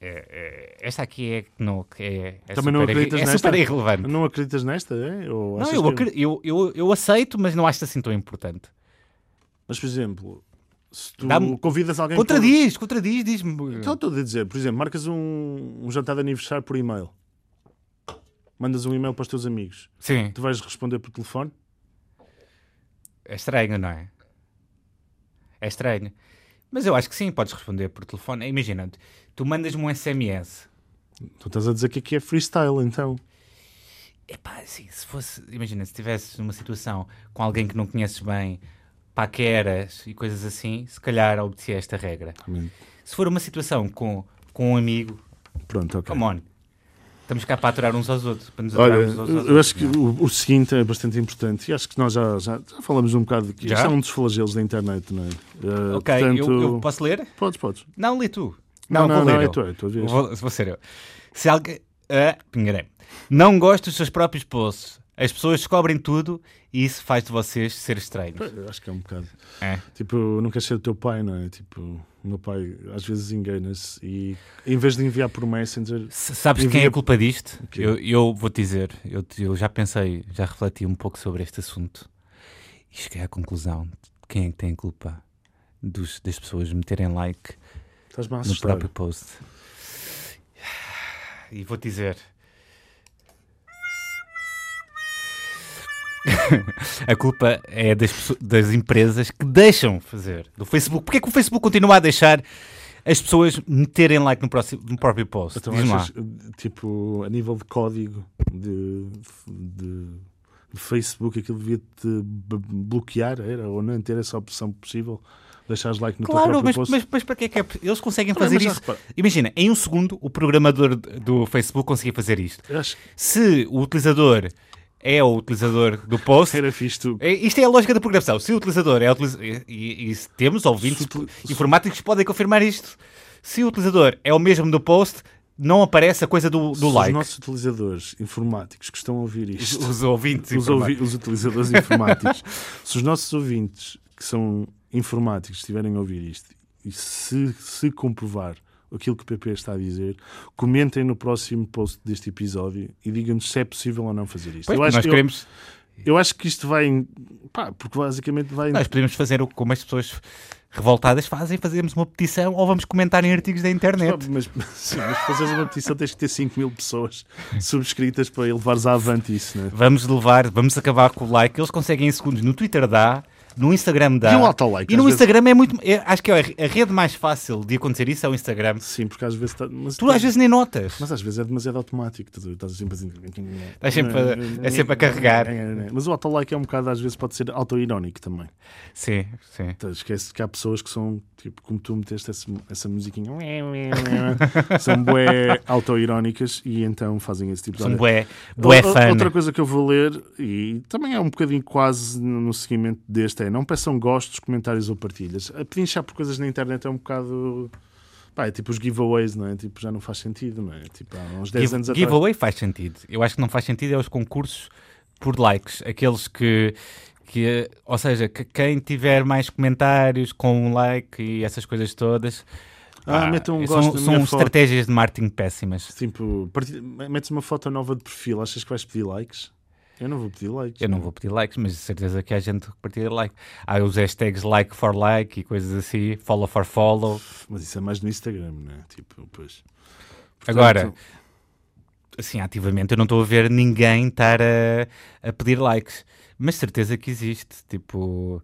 é- é- esta aqui é, que não, que é, é
Também não
super irre-
acreditas
é
nesta?
super irrelevante.
Não acreditas nesta, é? Ou
Não,
achas
eu,
que-
acre- eu, eu, eu aceito, mas não acho assim tão importante.
Mas, por exemplo, se tu
Dá-me-
convidas alguém...
Contradiz, contradiz, diz-me.
Então estou a dizer, por exemplo, marcas um, um jantar de aniversário por e-mail. Mandas um e-mail para os teus amigos.
Sim,
Tu vais responder por telefone?
é estranho, não é? É estranho. Mas eu acho que sim, podes responder por telefone. Imagina, tu- tu mandas-me um SMS.
Tu estás a dizer que aqui é freestyle, então.
Epá, assim, se fosse, imagina, se estivesses numa situação com alguém que não conheces bem, paqueras e coisas assim, se calhar obedecia esta regra. Se for uma situação com, com um amigo,
Pronto, ok.
come on, estamos cá para aturar uns aos outros, para nos aturar
Olha,
uns aos outros.
eu acho que o, o seguinte é bastante importante e acho que nós já, já, já falamos um bocado que
Já?
isto é um dos flagelos da internet, não é? Eh,
Ok, eu-
portanto,
eu, posso ler?
Podes, podes.
Não, lê tu.
Não, não,
vou
não,
ler
é
eu.
tu, é tu, vês.
Vou, vou ser eu. Se alguém... Ah, pingarei. Não gosto dos seus próprios poços. As pessoas descobrem tudo e isso faz de vocês ser estranhos.
Eu Acho que é um bocado.
É.
Tipo, não queres ser o teu pai, não é? Tipo, o meu pai às vezes engana-se e em vez de enviar por Messenger,
S- Sabes
Envia-
quem é a culpa disto?
Quê?
Eu, eu vou te dizer, eu, te- eu já pensei, já refleti um pouco sobre este assunto e cheguei à conclusão de quem é que tem a culpa dos, das pessoas meterem like
estás-me a
no
assustar.
próprio post. E vou te dizer. A culpa é das, pesso- das empresas que deixam fazer do Facebook. Porquê é que o Facebook continua a deixar as pessoas meterem like no, próximo, no próprio post?
Então,
Diz-me lá.
achas, eh, tipo, a nível de código de, de- de Facebook, aquilo devia-te b- bloquear, era? Ou não ter essa opção possível? Deixares like no teu
Claro,
Então, próprio
mas,
post?
mas, mas para que é que é? Eles conseguem
Também,
fazer
mas já
isso?
repara-
Imagina, em um segundo o programador d- do Facebook conseguia fazer isto.
Eu acho
Se o utilizador é o utilizador do
que
post,
era fixe tu.
é- isto é a lógica da programação. Se o utilizador é o utiliz- e, e- e se temos ouvintes
Se utili- se-
informáticos que podem confirmar isto. Se o utilizador é o mesmo do post, não aparece a coisa do,
se
do like.
Os nossos utilizadores informáticos que estão a ouvir
Os,
isto,
os ouvintes
os, ouvi- os utilizadores informáticos, se os nossos ouvintes que são informáticos estiverem a ouvir isto e se, se comprovar aquilo que o PP está a dizer, comentem no próximo post deste episódio e digam-nos se é possível ou não fazer isto.
Pois,
eu, acho
nós
que eu-
queremos
eu, acho que isto vai. em- pá, porque basicamente vai. em-
Nós podemos fazer o- como as pessoas revoltadas fazem, fazemos uma petição ou vamos comentar em artigos da
Pá,
internet.
Mas, sim, mas fazeres uma petição tens que ter 5 mil pessoas subscritas para elevares à avante isso, não é?
Vamos levar, vamos acabar com o like. Eles conseguem em segundos. No Twitter dá, no Instagram dá.
E o autolike,
E
às
no
vezes?
Instagram é muito. é- acho que é a rede mais fácil de acontecer isso é o Instagram.
Sim, porque às vezes. Tá, mas,
Tu às vezes nem notas.
Mas às vezes é demasiado automático, estás estás sempre assim.
Estás sempre a- é sempre a carregar.
Mas o autolike é um bocado, às vezes, pode ser autoirónico também.
Sim, sim.
Então, Esquece que há pessoas que são, tipo, como tu meteste essa, essa musiquinha, são bué autoirónicas e então fazem esse tipo de.
São
Olha,
um bué, bué
o- o-
fã.
Outra coisa que eu vou ler, e também é um bocadinho quase no no seguimento deste, é não peçam gostos, comentários ou partilhas. A pinchar por coisas na internet é um bocado. Pá, é tipo os giveaways, não é? Tipo, já não faz sentido, não é? Tipo, há uns 10
Give-
anos atrás.
giveaway faz sentido. Eu acho que não faz sentido é os concursos por likes. Aqueles que. que ou seja, que quem tiver mais comentários com um like e essas coisas todas.
Ah,
pá,
metam um
são,
gosto na
são
minha foto.
estratégias de marketing péssimas.
Tipo, partilha- metes uma foto nova de perfil, achas que vais pedir likes? Eu não vou pedir likes.
Eu não vou pedir likes, mas de certeza que há gente que partilha like. Há os hashtags like for like e coisas assim, follow for follow.
Mas isso é mais no Instagram, não é? Tipo, pois.
Agora, assim, ativamente eu não estou a ver ninguém estar a, a pedir likes, mas certeza que existe. Tipo,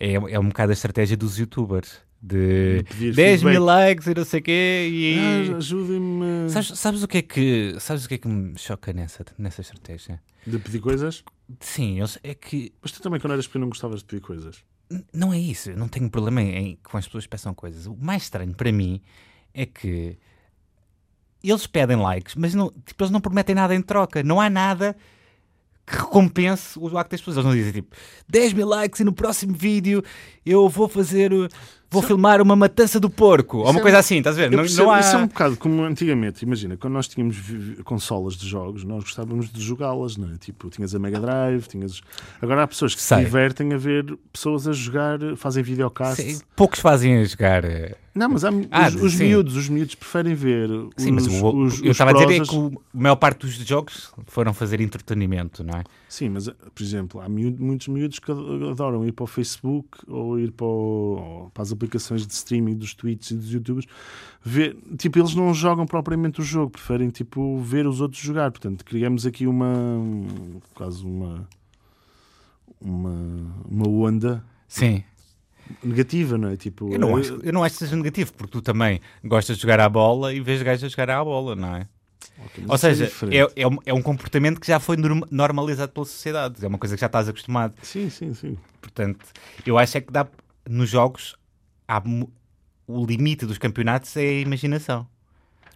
é, é um bocado a estratégia dos youtubers de,
De pedir
10 mil
feedback.
likes e não sei o quê. E...
Ah, Ajudem-me
Sabes, sabes o que é que, sabes o que é que me choca nessa, nessa estratégia?
de pedir coisas.
Sim, eu, sei- é que
Mas tu também, quando eras pequeno, não gostavas de pedir coisas.
N- Não é isso, eu não tenho problema em com as pessoas que peçam coisas. O mais estranho para mim é que eles pedem likes, mas não, tipo, eles não prometem nada em troca. Não há nada que recompense o acto das pessoas. Eles não dizem tipo 10 mil likes e no próximo vídeo eu vou fazer o- Vou filmar uma matança do porco. Ou
Isso
uma
é
coisa
um-
assim, estás a ver?
Eu
Não,
percebo,
não há...
Isso é um bocado como antigamente, imagina, quando nós tínhamos vi- consolas de jogos, nós gostávamos de jogá-las, não é? Tipo, tinhas a Mega Drive, tinhas. Agora há pessoas que se
Sei.
divertem a ver pessoas a jogar, fazem videocast.
Sim, Poucos fazem a jogar. eh,
Não, mas há,
Ah,
os, os
sim.
miúdos, os miúdos preferem ver.
Sim, mas
os-
o- o-
os-
eu
os
estava a dizer é
prosas.
que o- a maior parte dos jogos foram fazer entretenimento, não é?
Sim, mas, por exemplo, há miú- muitos miúdos que adoram ir para o Facebook ou ir para, o- para as aplicações de streaming dos tweets e dos youtubers. Ver, tipo, eles não jogam propriamente o jogo, preferem, tipo, ver os outros jogar. Portanto, criamos aqui uma... quase uma... uma, uma onda
Sim.
negativa, não é? Tipo,
Eu não,
eh,
acho, eu não acho que seja negativo, porque tu também gostas de jogar à bola e vês gajos a jogar à bola, não é?
ok, mas
Ou
isso é
seja,
diferente.
é, é um, é um comportamento que já foi norm- normalizado pela sociedade, é uma coisa que já estás acostumado.
Sim, sim, sim.
Portanto, eu acho é que dá nos jogos há mu- o limite dos campeonatos é a imaginação.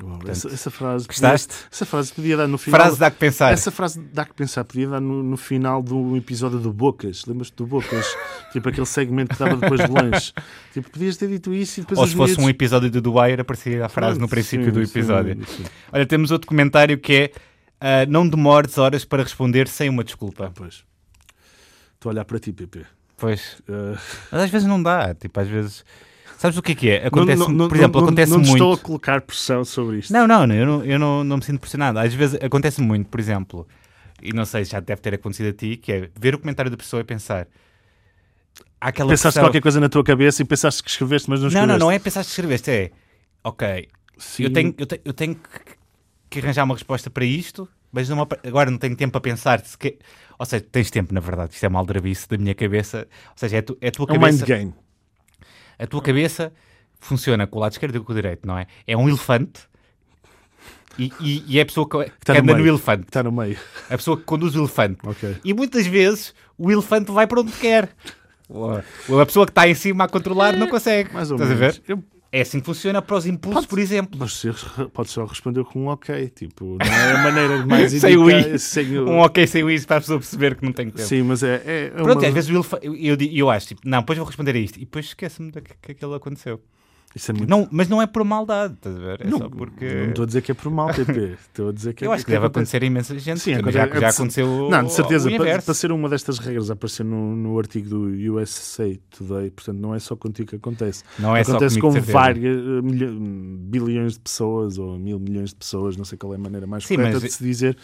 Uau, essa, essa frase...
Gostaste?
Podia, essa frase podia dar no final...
Frase dá que pensar.
Essa frase dá que pensar, podia dar no, no final do episódio do Bocas. Lembras-te do Bocas? tipo aquele segmento que dava depois do lanche. Tipo, podias ter dito isso e depois
Ou
os
se fosse um
miúdos-
episódio do Dwyer, aparecia a frase no
Sim,
princípio
sim,
do episódio.
sim, sim.
Olha, temos outro comentário que é ah, não demores horas para responder sem uma desculpa.
Pois. Estou a olhar para ti, Pepe.
Pois,
Ah,
mas às vezes não dá, tipo, às vezes... Sabes o que é que é? Acontece,
não- não-
por exemplo,
não-
acontece
não, não te
muito...
estou a colocar pressão sobre isto.
Não, não, não, eu, não, eu não, não me sinto pressionado. Às vezes acontece muito, por exemplo, e não sei se já deve ter acontecido a ti, que é ver o comentário da pessoa e pensar. Há aquela
Pensaste
pessoa...
qualquer coisa na tua cabeça e pensaste que escreveste, mas não
Não,
escreveste.
não, não é pensar que escreveste, é. Ok,
Sim,
eu tenho, eu, te- eu tenho que, que arranjar uma resposta para isto, mas não, apa- agora não tenho tempo para pensar. Se que- Ou seja, tens tempo, na verdade, isto é uma aldrabice da minha cabeça. Ou seja, é, tu, é a tua
É um mind
cabeça.
game.
A tua cabeça funciona com o lado esquerdo e com o direito, não é? É um elefante e, e- e é a pessoa que, que
tá no
anda no
meio.
elefante.
Está no meio.
A pessoa que conduz o elefante.
Ok.
E muitas vezes o elefante vai para onde quer. Ou A pessoa que está em cima a controlar não consegue.
Mais ou
Estás
menos.
a ver?
Eu-
É assim que funciona para os impulsos, por exemplo.
Mas você pode só responder com um ok. Tipo, não é a maneira mais
Sem o
indica-
i.
sem o-
Um ok sem isso para a pessoa perceber que não tem tempo.
Sim, mas é. é- é
Pronto,
uma-
às vezes o elefante, eu, eu, di- eu acho, tipo, não, depois vou responder a isto. E depois esqueço-me de que, que aquilo aconteceu.
Isso é muito.
Não, mas não é por maldade, estás a ver? É só porque...
Não estou a dizer que é por mal, TP. Estou a dizer que é
Eu acho que
é
deve
acontece.
acontecer a imensa gente.
Sim,
também
agora
já,
é- é
já
de-
aconteceu
Não, de certeza,
o
para,
inverso.
para ser uma destas regras a aparecer no, no artigo do USA Today, portanto, não é só contigo que acontece.
Não é só
acontece
comigo, de certeza.
com várias eh, milha- bilhões de pessoas ou mil milhões de pessoas, não sei qual é a maneira mais
Sim,
correta
mas-
de se dizer.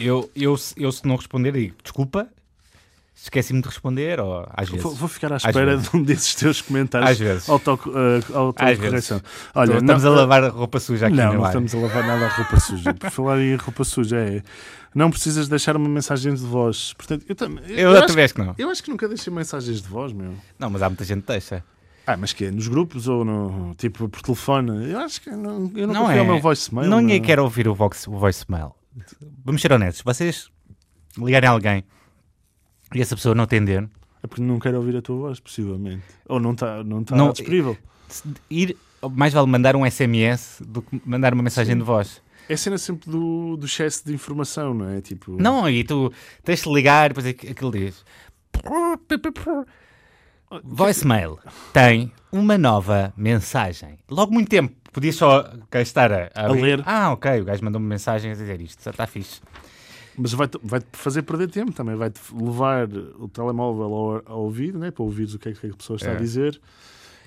Eu, eu, se- eu, se não responder, digo, desculpa, esqueci-me de responder, ou às vezes...
Vou, vou ficar à
Às
espera
vezes.
de um desses teus comentários.
Às vezes.
Auto, eh, autocorreção. Olha,
estamos
não-
a lavar a roupa suja aqui
Não,
no
não
ar.
estamos a lavar nada a roupa suja. Por falar em roupa suja, é. Não precisas deixar uma mensagem de voz. Portanto, eu também.
Eu,
acho
outra vez que não.
Eu acho que nunca deixei mensagens de voz, meu.
Não, mas há muita gente que deixa.
Ah, mas que é? Nos grupos ou no, tipo por telefone? Eu acho que não, eu nunca
Não
fui
é.
ao meu voicemail.
não ninguém
meu.
quer ouvir o, vox, o voicemail. Vamos ser honestos. Vocês ligarem a alguém e essa pessoa não atender,
É porque não quero ouvir a tua voz, possivelmente. Ou não está não tá
Não,
disponível.
se- ir, mais vale mandar um SMS do que mandar uma mensagem de voz.
É cena sempre do, do excesso de informação, não é? Tipo,
Não, e tu tens de ligar, depois aqu- aquilo diz. Voicemail tem uma nova mensagem. Logo muito tempo, podia só gastar a, a abrir.
ler.
Ah, ok, o gajo mandou-me mensagem a dizer isto, está fixe.
Mas vai-te vai fazer perder tempo também. Vai-te levar o telemóvel ao, ao ouvido, né? para ouvires o que é que a pessoa está
É.
a dizer.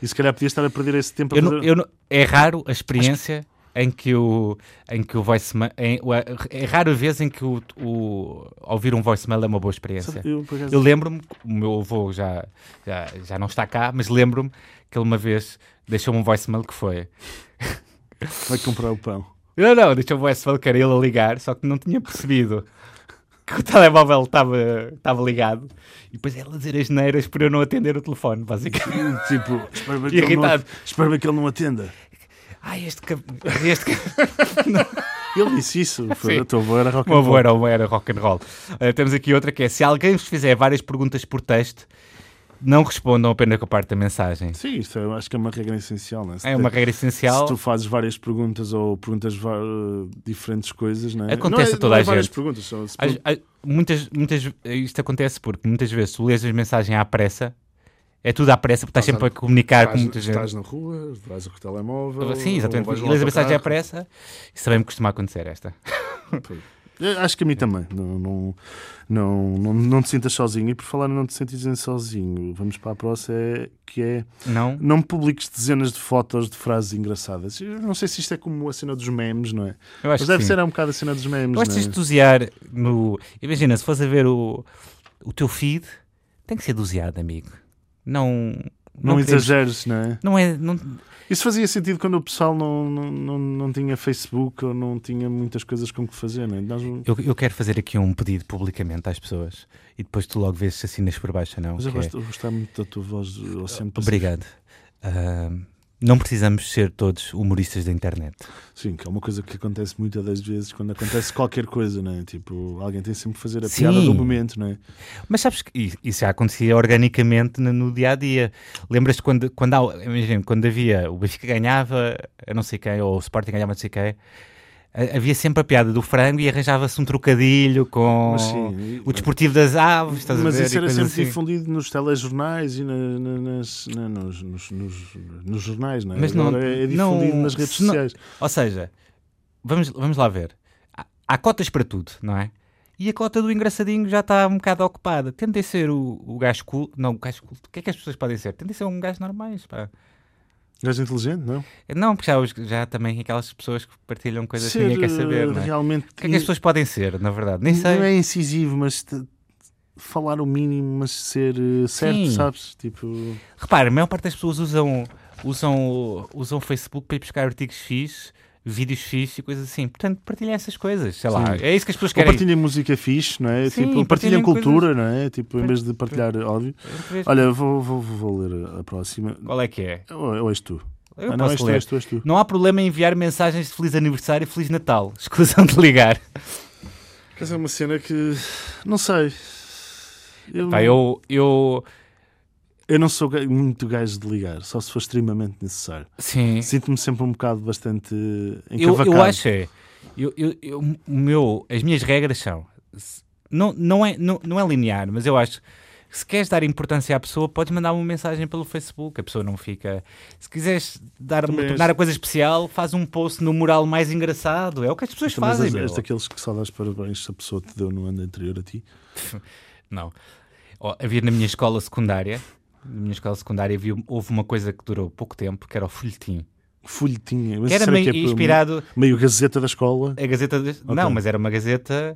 E se calhar podias estar a perder esse tempo
Eu
a
não-
fazer...
eu não- é raro a experiência em que o em que o voicemail em- o- é raro a vez em que o, o- ouvir um voicemail é uma boa experiência.
Sabe, eu, por acaso-
Eu lembro-me, o meu avô já, já, já não está cá, mas lembro-me que ele uma vez deixou-me um voicemail que foi.
Vai comprar o pão.
Não, não, deixou-me um voicemail que era ele a ligar, só que não tinha percebido que o telemóvel estava estava ligado. E depois ele a dizer as neiras por eu não atender o telefone, basicamente.
tipo, espero bem, que ele não,
Irritado.
espero bem que ele não atenda.
Ai, este... cab- este cab-
Ele disse isso. Foi
Sim.
a tua avó era rock
Uma
and roll.
boa era, uma era rock and roll. Eh, temos aqui outra que é: se alguém vos fizer várias perguntas por texto, não respondam apenas com a parte da mensagem.
Sim, isto é- acho que é uma regra essencial. Não é? Se
É uma
te-
regra essencial.
Se tu fazes várias perguntas ou perguntas va- eh, diferentes coisas, não é?
Acontece
Não é-
a toda
não é
a
várias
gente.
perguntas. Só, se
Às- às- muitas, muitas, isto acontece porque muitas vezes tu lês as mensagens à pressa É tudo à pressa, porque estás sempre a comunicar com
Estás-
muita gente.
Estás na rua, vais ao telemóvel.
Sim, exatamente.
ou vais
E
ao
lês a mensagem à
autocarro.
pressa. Isso também me costuma acontecer, esta.
Eu Acho que a mim também. Não, não, não, não, não te sintas sozinho. E por falar em não te sentes sozinho, vamos para a próxima, é- que é
Não?
não publiques dezenas de fotos de frases engraçadas. Eu não sei se isto é como a cena dos memes, não é?
Eu acho
Mas
que
deve
sim.
ser um bocado a cena dos memes, não
Gosto de
é?
estuziar no. Imagina, se fores a ver o, o teu feed, tem que ser doseado, amigo. Não.
Não,
queremos-
exageres, não é?
Não é. Não...
Isso fazia sentido quando o pessoal não, não, não, não tinha Facebook ou não tinha muitas coisas com que fazer, não é? Nós-
Eu, eu quero fazer aqui um pedido publicamente às pessoas e depois tu logo vês se assinas por baixo ou não.
Mas eu
que é-
gosto, eu gostava muito da tua voz do Oceano Pacífico.
Obrigado. Ah, não precisamos ser todos humoristas da internet.
Sim, que é uma coisa que acontece muitas das vezes quando acontece qualquer coisa, não é? Tipo, alguém tem sempre que fazer a
Sim.
piada do momento, não é?
Mas sabes que i- isso já acontecia organicamente no- no dia a dia. Lembras-te quando, quando, há- imagina, quando havia o Benfica ganhava a não sei quem, ou o Sporting ganhava a não sei quem, a- havia sempre a piada do frango e arranjava-se um trocadilho com
Mas sim,
o desportivo das aves. Estás
Mas
a ver,
isso
e
era
coisas
sempre
assim.
difundido nos telejornais e na- na- nas, na- nos, nos- nos- nos jornais, não é?
Mas não-
Agora é é difundido
não-
nas redes
se não-
sociais.
Ou seja, vamos, vamos lá ver. Há, há cotas para tudo, não é? E a cota do engraçadinho já está um bocado ocupada. Tentem ser o, o gajo culto. Não, o gajo culto. O que é que as pessoas podem ser? Tentem ser um gajo normais, pá.
Gajo inteligente, não? é?
Não, porque já, os- já há também aquelas pessoas que partilham coisas
Ser
que ninguém quer saber,
eh,
não é?
realmente...
O que é que as pessoas podem ser, na verdade? Nem sei.
Não é incisivo, mas te- falar o mínimo, mas ser eh, certo,
Sim.
sabes? Tipo...
Repara, a maior parte das pessoas usam, usam, usam o Facebook para ir buscar artigos X, vídeos X e coisas assim. Portanto, partilhem essas coisas. Sei lá.
Sim.
É isso que as pessoas
Ou
querem.
partilhem música fixe, não é?
Sim,
tipo,
partilhem
partilhem cultura, não é? Tipo, em vez de partilhar ódio. Olha, vou, vou, vou ler a próxima.
Qual é que é?
Ou, ou és tu?
Eu
ah, não,
posso
és tu,
ler.
és tu, és tu.
Não há problema em enviar mensagens de feliz aniversário e feliz Natal. Escusam de ligar.
Mas é uma cena que. Não sei. Eu,
Pá, eu, eu.
eu não sou ga- muito gajo de ligar, só se for extremamente necessário.
Sim.
Sinto-me sempre um bocado bastante eh,
Eu,
encavacado.
eu acho. é, Eu, eu, eu- o meu, as minhas regras são. se- Não, não, é, não, não é linear, mas eu acho. que Se queres dar importância à pessoa, podes mandar uma mensagem pelo Facebook. A pessoa não fica. Se quiseres dar,
Também és-
tornar a coisa especial, faz um post no mural mais engraçado. É o que as pessoas
Também
fazem.
és,
meu.
és daqueles que só dás parabéns se a pessoa te deu no ano anterior a ti.
Não. Ó, havia na minha escola secundária, na minha escola secundária havia, houve uma coisa que durou pouco tempo, que era o folhetim.
Folhetinha. Mas
Que era
será
meio
que é
inspirado
Meio gazeta da escola.
a Gazeta... de- Não, mas era uma Gazeta...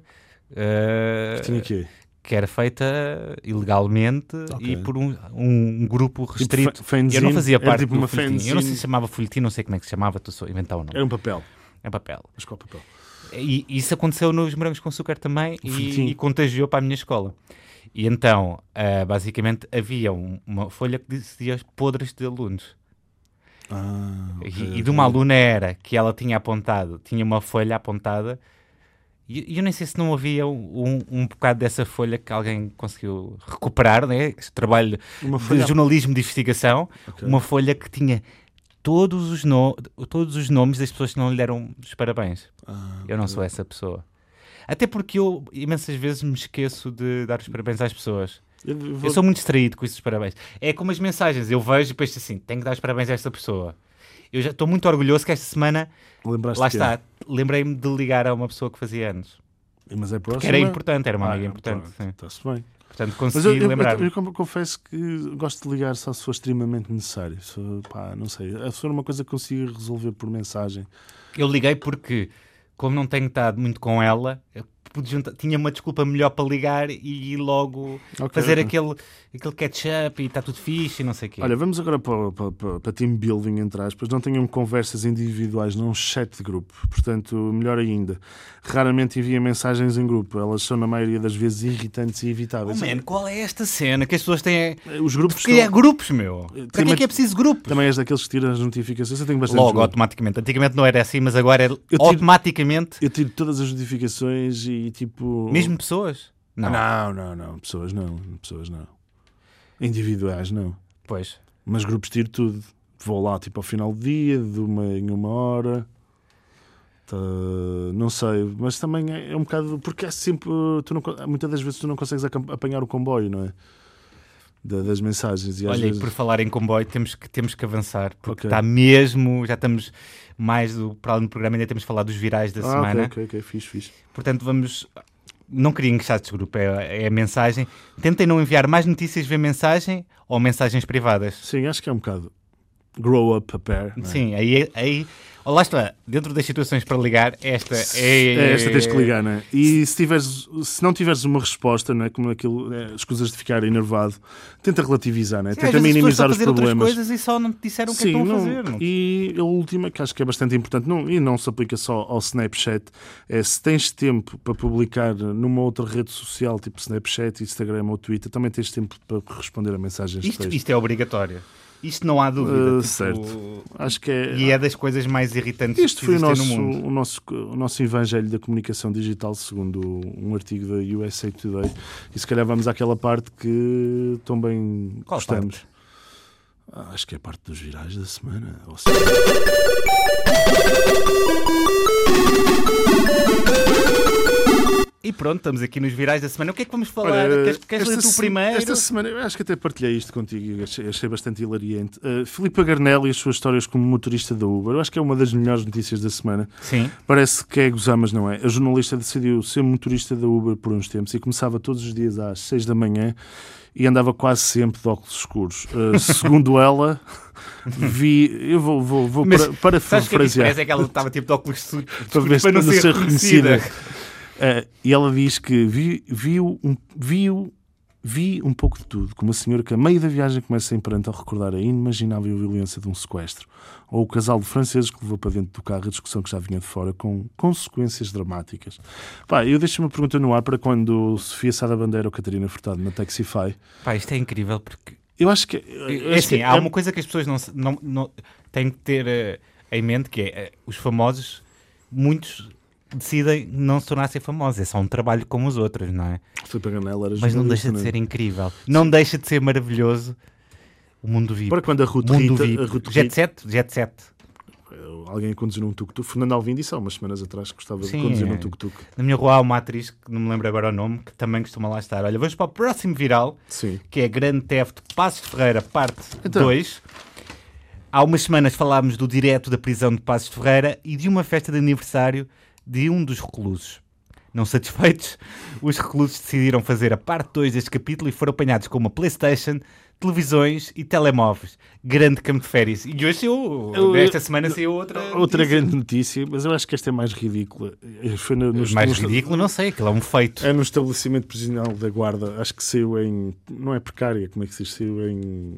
eh,
que é. Tinha quê?
que era feita ilegalmente
Ok. Tipo,
e por um, um grupo restrito.
fa- fanzine?
eu não fazia
Era
parte
tipo
do
uma
folhetim. Eu não sei
fanzine?
se chamava folhetim, não sei como é que se chamava, estou só a inventar o nome.
Era um papel.
É papel.
Mas qual papel?
E e isso aconteceu nos morangos com açúcar também
folhetim.
e, e contagiou para a minha escola. E então, ah, basicamente, havia um- uma folha que dizia os podres de alunos.
Ah,
E-
ok,
e, de uma
ok.
aluna era que ela tinha apontado, tinha uma folha apontada, e e eu nem sei se não havia um, um bocado dessa folha que alguém conseguiu recuperar, né? Esse trabalho
Uma
de
folha-
jornalismo de investigação,
Ok.
uma folha que tinha todos os, no- todos os nomes das pessoas que não lhe deram os parabéns.
Ah,
Eu não sou essa pessoa. Até porque eu imensas vezes me esqueço de dar os parabéns às pessoas.
eu
Eu
vou-
sou muito distraído com esses parabéns. É como as mensagens, eu vejo e penso assim: tenho que dar os parabéns a esta pessoa. Eu já estou muito orgulhoso que esta semana,
Lembraste
lá
que
está, lembrei-me de ligar a uma pessoa que fazia anos.
é. Mas é
Que
próxima.
era importante, era uma
Ah,
amiga importante.
pronto,
sim.
Está-se bem.
Portanto,
Mas eu,
consegui
eu, eu,
lembrar-me.
eu com- confesso que gosto de ligar só se for extremamente necessário. Se, pá, não sei. Se for uma coisa que consigo resolver por mensagem.
Eu liguei porque, como não tenho estado muito com ela, eu pude juntar- tinha uma desculpa melhor para ligar e, logo
Ok,
fazer
ok.
aquele, aquele catch-up e está tudo fixe e não sei o quê.
Olha, vamos agora para, o- para, para, para team building, entre aspas. Não tenham conversas individuais, não chat de grupo. Portanto, melhor ainda. Raramente envia mensagens em grupo. Elas são, na maioria das vezes, irritantes e
Oh,
evitáveis.
man, qual é esta cena que as pessoas têm?
Os grupos
Porque é
estão-
grupos,
Eh,
meu. Para que é
mas-
que é preciso grupos?
Também és daqueles que tiram as notificações. Eu tenho bastante
Logo,
grupo.
automaticamente. Antigamente não era assim, mas agora é
tiro-
automaticamente.
Eu tiro todas as notificações e tipo.
Mesmo pessoas? Não.
Não, não, não. Pessoas não. Pessoas não. Individuais não.
Pois.
Mas grupos tiro tudo. Vou lá tipo ao final do dia, de uma em uma hora. Tá, Não sei, mas também é é um bocado. Porque é sempre. Tu não, con- muitas das vezes tu não consegues acam- apanhar o comboio, não é? da- das mensagens. E às
Olha, e
vezes-
por falar em comboio, temos que, temos que avançar, porque
Ok.
está mesmo, já estamos mais do, para além do programa, ainda temos falado dos virais da
Ah, ok,
semana.
ok, ok, fixe, fixe.
Portanto, vamos. Não queria encaixar este grupo, é, é a mensagem. Tentem não enviar mais notícias via mensagem ou mensagens privadas.
Sim, acho que é um bocado grow up a pair. não é?
Sim, aí. aí oh, lá está, dentro das situações para ligar, esta é.
É, esta tens que ligar, não é? E se, tiveres, se não tiveres uma resposta, não é? Como aquilo, é, escusas de ficar enervado, tenta relativizar, não é?
Sim, às
Tenta
vezes as pessoas estão
minimizar
a
os
fazer outras
problemas.
coisas e só não te disseram o que é que
Sim,
estão a
não-
fazer. não-
e a última, que acho que é bastante importante, não, e não se aplica só ao Snapchat, é se tens tempo para publicar numa outra rede social, tipo Snapchat, Instagram ou Twitter, também tens tempo para responder a mensagens de
Isto,
texto.
isto é obrigatório. Isto não há dúvida.
Ah,
tipo,
certo. Acho que é.
E é das coisas mais irritantes
Este
que
foi o
existem
nosso,
no mundo.
o, nosso, o nosso evangelho da comunicação digital, segundo um artigo da USA Today. E se calhar vamos àquela parte que também
Qual
gostamos. Ah, acho que é a parte dos virais da semana. ou seja,
E pronto, estamos aqui nos virais da semana. O que é que vamos falar?
Olha,
queres queres ler
esta
tu
se-
primeiro?
Esta semana, eu acho que até partilhei isto contigo e achei, achei bastante hilariante. Uh, Filipe Garnelli e as suas histórias como motorista da Uber. Eu acho que é uma das melhores notícias da semana.
Sim.
Parece que é gozar, mas não é. A jornalista decidiu ser motorista da Uber por uns tempos e começava todos os dias às 6 da manhã e andava quase sempre de óculos escuros. Uh, segundo ela, vi. Eu vou, vou, vou
Mas
para, para
Sabes o que é que isso
parafrasear
parece? É que ela estava tipo de óculos escuros
para ver
para não ser, reconhecida.
Ah, e ela diz que vi, viu, um, viu, vi um pouco de tudo, como a senhora que a meio da viagem começa em pranto a recordar a inimaginável violência de um sequestro, ou o casal de franceses que levou para dentro do carro a discussão que já vinha de fora, com consequências dramáticas. Pá, eu deixo uma pergunta no ar para quando Sofia Sada Bandeira ou Catarina Furtado na Taxify.
Pá, isto é incrível porque.
Eu acho que.
É assim, há uma coisa que as pessoas não, se- não, não- têm que ter eh, em mente que é eh, os famosos, muitos decidem não se tornar a ser famosos. É só um trabalho como os outros, não é?
Filipe Ganella era
Mas não
jornalista,
deixa de ser incrível. Não deixa de ser maravilhoso o mundo VIP.
Para quando a Ruth
mundo
Rita, a Ruth
VIP. Jet
Rita
7? Jet 7.
alguém a conduzir um tuk-tuk, Fernando Alvim disse há umas semanas atrás que gostava
Sim,
de conduzir
é.
um tuk-tuk.
Na minha rua há uma atriz que não me lembro agora o nome, que também costuma lá estar. Olha, vamos para o próximo viral,
Sim.
que é Grande Theft Passos de Ferreira, parte
Então.
2. Há umas semanas falámos do direto da prisão de Passos de Ferreira e de uma festa de aniversário de um dos reclusos. Não satisfeitos, os reclusos decidiram fazer a parte 2 deste capítulo e foram apanhados com uma Playstation, televisões e telemóveis. Grande campo de férias. E hoje eu,
Eu-
esta semana saiu outra.
Outra
notícia.
grande notícia, mas eu acho que esta é mais ridícula. Eh, Foi no, no-
É Mais
no-
ridículo, não sei, aquilo é um feito.
É no estabelecimento prisional da guarda. Acho que saiu em. Não é precária, como é que se diz? Saiu em.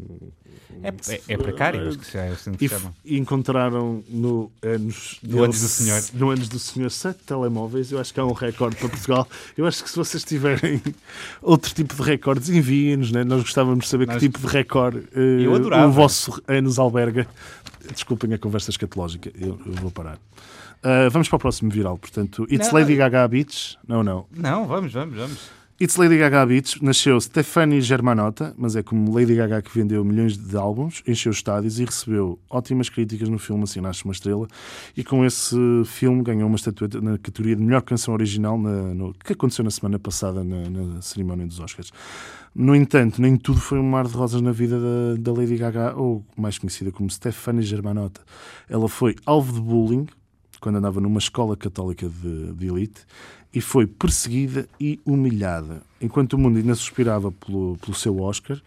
É, é- é precário, acho que já é assim que
E,
se chama.
e encontraram no anos,
No
deles-
anos do senhor.
no anos do senhor sete telemóveis. Eu acho que é um recorde para Portugal. Eu acho que se vocês tiverem outro tipo de recordes, enviem-nos. Né? Nós gostávamos de saber
Nós-
que tipo de recorde eh,
Eu adorava.
o vosso anos alberga. Desculpem a conversa escatológica, eu, eu vou parar. Ah, vamos para o próximo viral, portanto. It's
Não.
Lady Gaga Beach. Não, não.
Não, vamos, vamos, vamos.
It's Lady Gaga Beach nasceu Stephanie Germanotta, mas é como Lady Gaga que vendeu milhões de álbuns, encheu estádios e recebeu ótimas críticas no filme Assim Nasce uma Estrela. E com esse filme ganhou uma estatueta na categoria de melhor canção original, na- no- que aconteceu na semana passada na, na cerimónia dos Oscars. No entanto, nem tudo foi um mar de rosas na vida da, da Lady Gaga, ou mais conhecida como Stephanie Germanotta. Ela foi alvo de bullying quando andava numa escola católica de, de elite e foi perseguida e humilhada. Enquanto o mundo ainda suspirava pelo, pelo seu Oscar,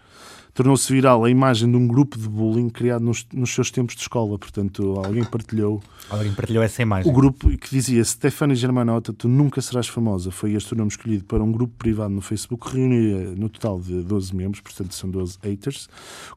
tornou-se viral a imagem de um grupo de bullying criado nos, nos seus tempos de escola. Portanto, alguém partilhou
Alguém partilhou essa
o
imagem.
grupo que dizia Stefani Germanotta, tu nunca serás famosa. Foi este o nome escolhido para um grupo privado no Facebook, que reunia no total de 12 membros, portanto são 12 haters,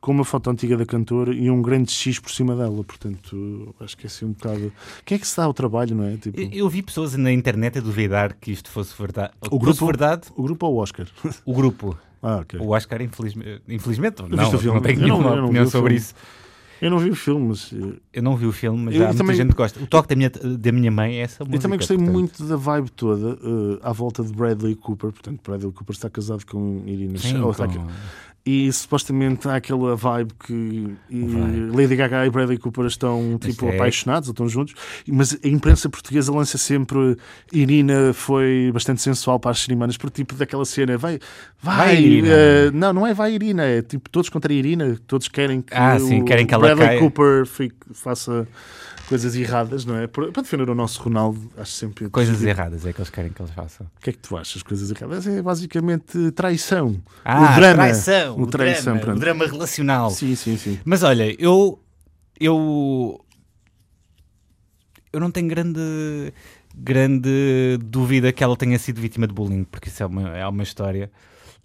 com uma foto antiga da cantora e um grande X por cima dela. Portanto, acho que é assim um bocado. Quem é que se dá ao trabalho, não é? Tipo,
Eu, eu vi pessoas na internet a duvidar que isto fosse verdade.
O
fosse
grupo?
verdade,
o grupo ou o Oscar?
o grupo.
Ah, ok.
O Oscar, infelizmente, infelizmente não,
viste o filme?
não tenho
Eu não-
nenhuma
eu não vi
opinião
o
sobre
filme.
isso.
Eu não vi o filme, mas eh,
Eu não vi o filme, mas
Eu
já há muita
também-
gente que gosta. O toque da minha, da minha mãe é essa música.
eu também gostei
portanto.
muito da vibe toda eh, à volta de Bradley Cooper. Portanto, Bradley Cooper está casado com Irina
Sim,
Shayk.
com-
E supostamente há aquela vibe que e
Vai.
Lady Gaga e Bradley Cooper estão tipo,
é-
apaixonados ou estão juntos, mas a imprensa portuguesa lança sempre Irina foi bastante sensual para as cerimónias, por tipo daquela cena, vai, vai,
Vai, Irina.
eh, não, não é vai Irina, é tipo todos contra a Irina, todos querem que,
Ah, sim,
o
querem que ela
Bradley
caia.
Cooper fique- faça coisas erradas, não é? Por- Para defender o nosso Ronaldo, acho sempre
Coisas erradas é que eles querem que eles façam.
o que é que tu achas? Coisas erradas? É basicamente traição.
Ah,
drama.
traição,
O
o,
traição,
drama,
pronto.
o drama relacional.
Sim, sim, sim.
Mas olha, eu. Eu. Eu não tenho grande. Grande dúvida que ela tenha sido vítima de bullying, porque isso é uma, é uma história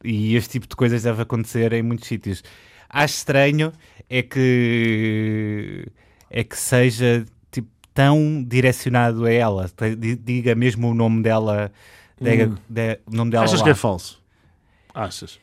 e este tipo de coisas deve acontecer em muitos sítios. Acho estranho é que. É que seja tipo, tão direcionado a ela, Te- di- diga mesmo o nome dela. Diga, de- o nome dela
Hum. Achas
lá.
que é falso? Achas?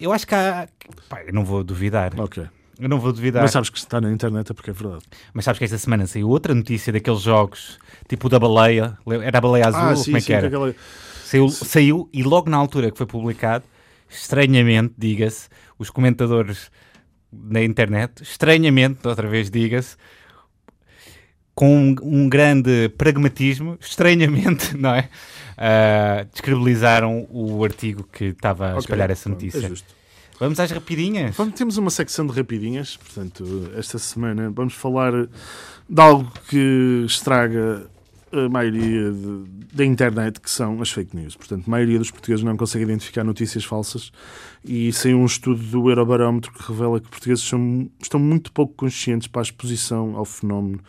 Eu acho que há. Pá, eu não vou duvidar.
Ok.
Eu não vou duvidar.
Mas sabes que está na internet é porque é verdade.
Mas sabes que esta semana saiu outra notícia daqueles jogos, tipo o da baleia, era a baleia azul,
ah,
ou
sim,
como é
sim,
que era?
aquela-
Saiu, saiu e logo na altura que foi publicado, estranhamente, diga-se, os comentadores na internet, estranhamente, outra vez diga-se, com um, um grande pragmatismo, estranhamente, não é? Ah, descredibilizaram o artigo que estava a
Ok,
espalhar essa
pronto, É
notícia.
justo.
Vamos às rapidinhas?
Vamos, temos uma secção de rapidinhas, portanto, esta semana vamos falar de algo que estraga a maioria de- da internet, que são as fake news. Portanto, a maioria dos portugueses não consegue identificar notícias falsas e saiu um estudo do Eurobarómetro que revela que portugueses são- estão muito pouco conscientes para a exposição ao fenómeno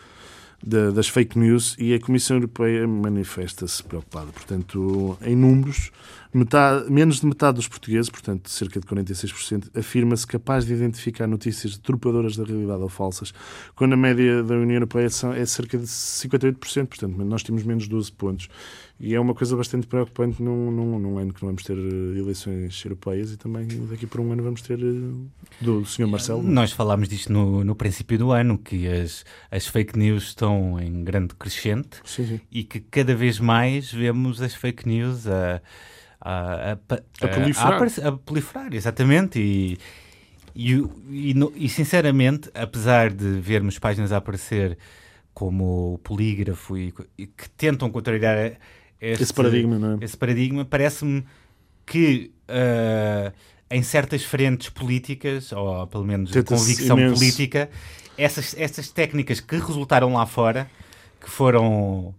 da- das fake news e a Comissão Europeia manifesta-se preocupada. Portanto, em números, metade- menos de metade dos portugueses, portanto cerca de 46%, afirma-se capaz de identificar notícias deturpadoras da realidade ou falsas, quando a média da União Europeia são- é cerca de 58%, portanto nós temos menos 12 pontos. E é uma coisa bastante preocupante num, num- num ano que não vamos ter eh, eleições europeias e também daqui por um ano vamos ter eh, do Sr. Marcelo.
Nós falámos disto no, no princípio do ano, que as, as fake news estão em grande crescente
Sim, sim.
e que cada vez mais vemos as fake news a, a, a pa-
A proliferar.
aparecer- a proliferar, exatamente. E, e, o- e no- e, sinceramente, apesar de vermos páginas a aparecer como o polígrafo e, co- e que tentam contrariar este-
Esse paradigma, não é?
esse paradigma, parece-me que ah, em certas frentes políticas, ou pelo menos de
Tenta-se
convicção
imenso.
política, essas, essas técnicas que resultaram lá fora, que foram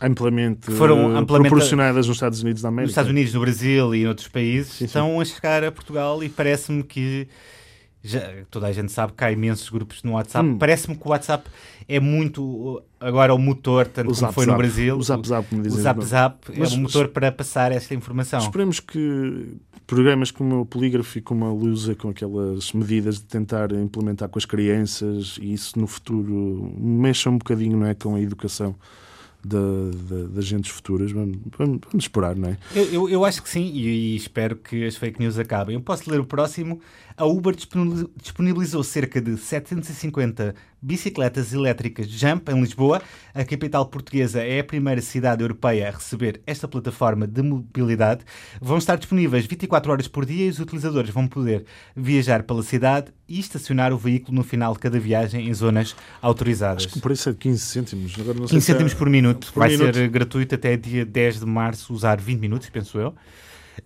amplamente,
Que foram
eh,
amplamente-
proporcionadas nos Estados Unidos da América.
nos Estados Unidos, no Brasil e em outros países,
sim.
estão a chegar a Portugal e parece-me que. Já, toda a gente sabe que há imensos grupos no WhatsApp.
Hum.
Parece-me que o WhatsApp é muito uh, agora o motor, tanto
O
como
zap
foi no
zap.
Brasil.
O zap zap, como
o
dizem.
zap, zap
Mas-
é o motor para passar esta informação.
Esperemos que programas como o Polígrafo e como a Lusa, com aquelas medidas de tentar implementar com as crianças e isso no futuro, mexa um bocadinho não é, com a educação da, da- das gentes futuras. Vamos, vamos, vamos esperar, não é?
Eu, eu- eu acho que sim e, e espero que as fake news acabem. Eu posso ler o próximo. A Uber disponibiliz- disponibilizou cerca de 750 bicicletas elétricas Jump em Lisboa. A capital portuguesa é a primeira cidade europeia a receber esta plataforma de mobilidade. Vão estar disponíveis 24 horas por dia e os utilizadores vão poder viajar pela cidade e estacionar o veículo no final de cada viagem em zonas autorizadas.
O preço é de 15 cêntimos. Agora não sei
15
se é-
cêntimos por minuto.
por
Vai
minuto.
ser eh, gratuito até dia 10 de março, usar 20 minutos, penso eu.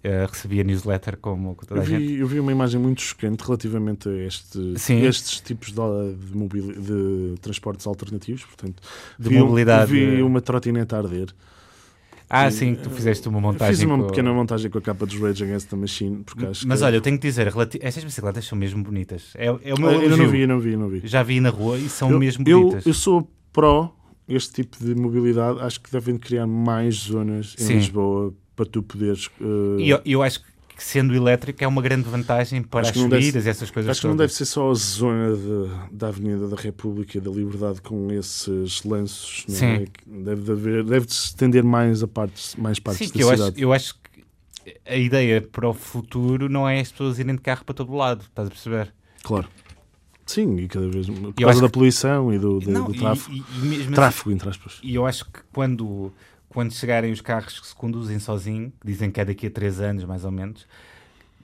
Eh, recebi a newsletter como com toda
Eu
a gente.
vi, eu vi uma imagem muito chocante relativamente a este-
Sim.
estes tipos de, de mobili- de transportes alternativos, portanto,
De
vi um-
mobilidade. eh,
vi uma trotinete a arder.
Ah, sim, que tu fizeste uma montagem.
eh, Fiz uma
com-
pequena montagem com a capa dos Rage Against the Machine, porque acho
Mas
que...
olha, eu tenho que dizer, relati- estas bicicletas são mesmo bonitas. É, é o meu
eu, eu
elogio.
não vi, eu não vi, eu não vi.
Já vi na rua e são
eu,
mesmo
eu,
bonitas.
eu sou pró este tipo de mobilidade, acho que devem criar mais zonas em
Sim.
Lisboa para tu poderes. eh,
E eu, eu acho que sendo elétrico é uma grande vantagem para
Acho
as
que não deve
subidas e essas coisas
Acho que não
todas.
deve ser só a zona de- da Avenida da República e da Liberdade com esses lanços. não é?
Sim.
Deve de haver, deve de se estender mais a partes, mais partes
Sim,
da
que eu acho,
cidade.
eu acho que a ideia para o futuro não é as pessoas irem de carro para todo lado, estás a perceber?
Claro. Sim, e cada vez por
Eu
causa
acho
da
que-
poluição e do, do,
Não,
do
e-
tráfego.
e- e mesmo assim-
Tráfego, entre aspas.
E eu acho que quando, quando chegarem os carros que se conduzem sozinho, que dizem que é daqui a 3 anos mais ou menos,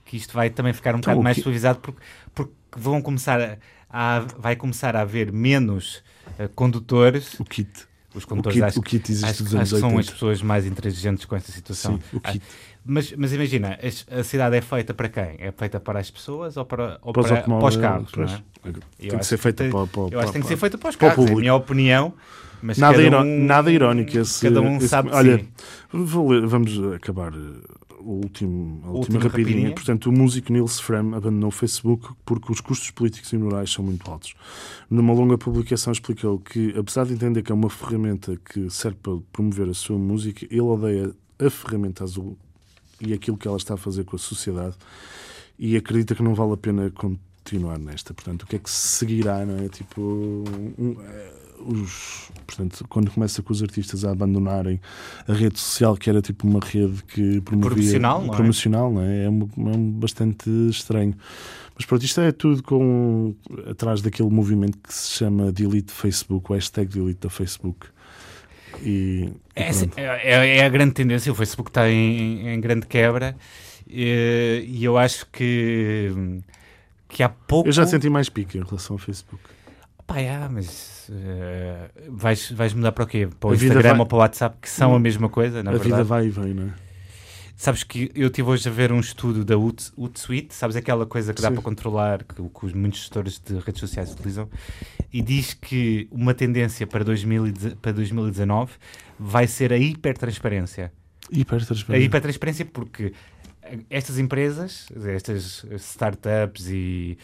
que isto vai também ficar um
Então,
bocado
o
mais
que-
suavizado porque, porque vão começar a, a- vai começar a haver menos eh, condutores.
O kit.
Os
O
condutores
kit,
acho,
o kit existe
acho-
dos
acho
anos
que são
80.
as pessoas mais inteligentes com esta situação.
Sim, o
Ah,
kit.
mas, mas imagina, as- a cidade é feita para quem? É feita para as pessoas ou para, ou
Para os
para, para os
automóveis.
carros?
pois,
não é? Eu
Tem que
acho
ser feita
tem-
para, para,
Eu acho que tem que ser
para-
feita para os
para o
carros, é a
público.
minha opinião. Mas
Nada,
cada
iró-
um,
nada irónico esse.
Cada um
esse-
sabe de
Olha,
si.
vou ler- vamos acabar eh, o último, a última
Última
rapidinha.
rapidinha.
Portanto, o músico Nils Fram abandonou o Facebook porque os custos políticos e morais são muito altos. Numa longa publicação explicou que, apesar de entender que é uma ferramenta que serve para promover a sua música, ele odeia a ferramenta azul e aquilo que ela está a fazer com a sociedade e acredita que não vale a pena continuar nesta. Portanto, o que é que se seguirá, não é? Tipo, um, eh, os, portanto, quando começa com os artistas a abandonarem a rede social, que era tipo uma rede que promovia...
Profissional, não é?
Promocional, não é? É, uma- é um bastante estranho. Mas pronto, isto é tudo com atrás daquele movimento que se chama Delete Facebook, o hashtag Delete da Facebook. E, e
Essa
pronto.
É, é- é a grande tendência, o Facebook está em, em grande quebra eh, e eu acho que, que há pouco.
eu já senti mais pique em relação ao Facebook.
Pá, ah, mas eh, vais, vais mudar para o quê? Para o
A vida
Instagram
vai-
ou para o WhatsApp, que são a
Hum.
mesma coisa, na
a
verdade.
vida vai e vem, não é?
Sabes que eu estive hoje a ver um estudo da Ut- Hootsuite, sabes aquela coisa que dá
Sim.
para controlar, que, que os muitos gestores de redes sociais utilizam, e diz que uma tendência para, 2010 para 2019 vai ser a hipertransparência. A
Hipertransparência.
hipertransparência porque eh, estas empresas, estas startups e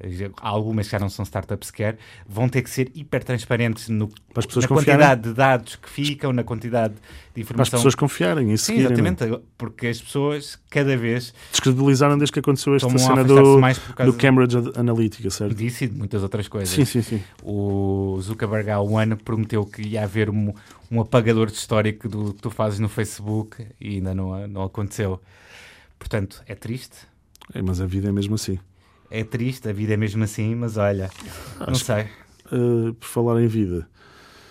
eh, algumas que já não são startups sequer, vão ter que ser hipertransparentes no,
Para as pessoas
na
confiarem.
quantidade de dados que ficam, na quantidade de
Para as
informação
pessoas confiarem e
Então- Sim,
seguirem. é?
exatamente, porque as pessoas cada vez
não é? Descredibilizaram desde que aconteceu esta
estão a
cena
afastar-se
do,
mais por causa
do Cambridge Analytica, certo?
disso e de muitas outras coisas.
Sim, sim, sim.
O Zuckerberg há um ano prometeu que ia haver um, um apagador de histórico do que tu fazes no Facebook e ainda não, não aconteceu. Portanto, é triste.
É, mas a vida é mesmo assim.
É triste, a vida é mesmo assim, mas olha, não
Acho
sei.
Uh, por falar em vida,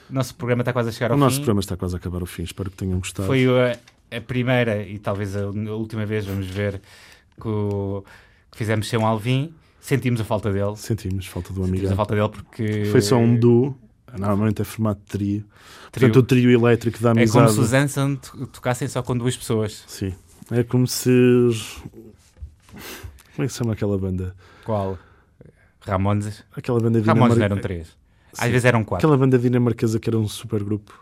Nosso programa está quase a chegar
o
ao
nosso
fim.
programa está quase a acabar o fim. Espero que tenham gostado.
Foi a, a primeira e talvez a última vez, vamos ver, que, o- que fizemos sem o Alvin. Sentimos a falta dele.
Sentimos falta do
Sentimos
amigo.
a falta dele porque...
Foi só um duo. Normalmente é formato de trio.
Trio.
Portanto, o trio elétrico da
É
amizade.
como se os Anson to- tocassem só com duas pessoas.
Sim. É como se os- Como é que se chama aquela banda?
Qual? Ramones?
Aquela banda
Ramones não
dinamarquesa.
eram três. Às
Sim.
vezes eram quatro.
Aquela banda dinamarquesa que era um super grupo.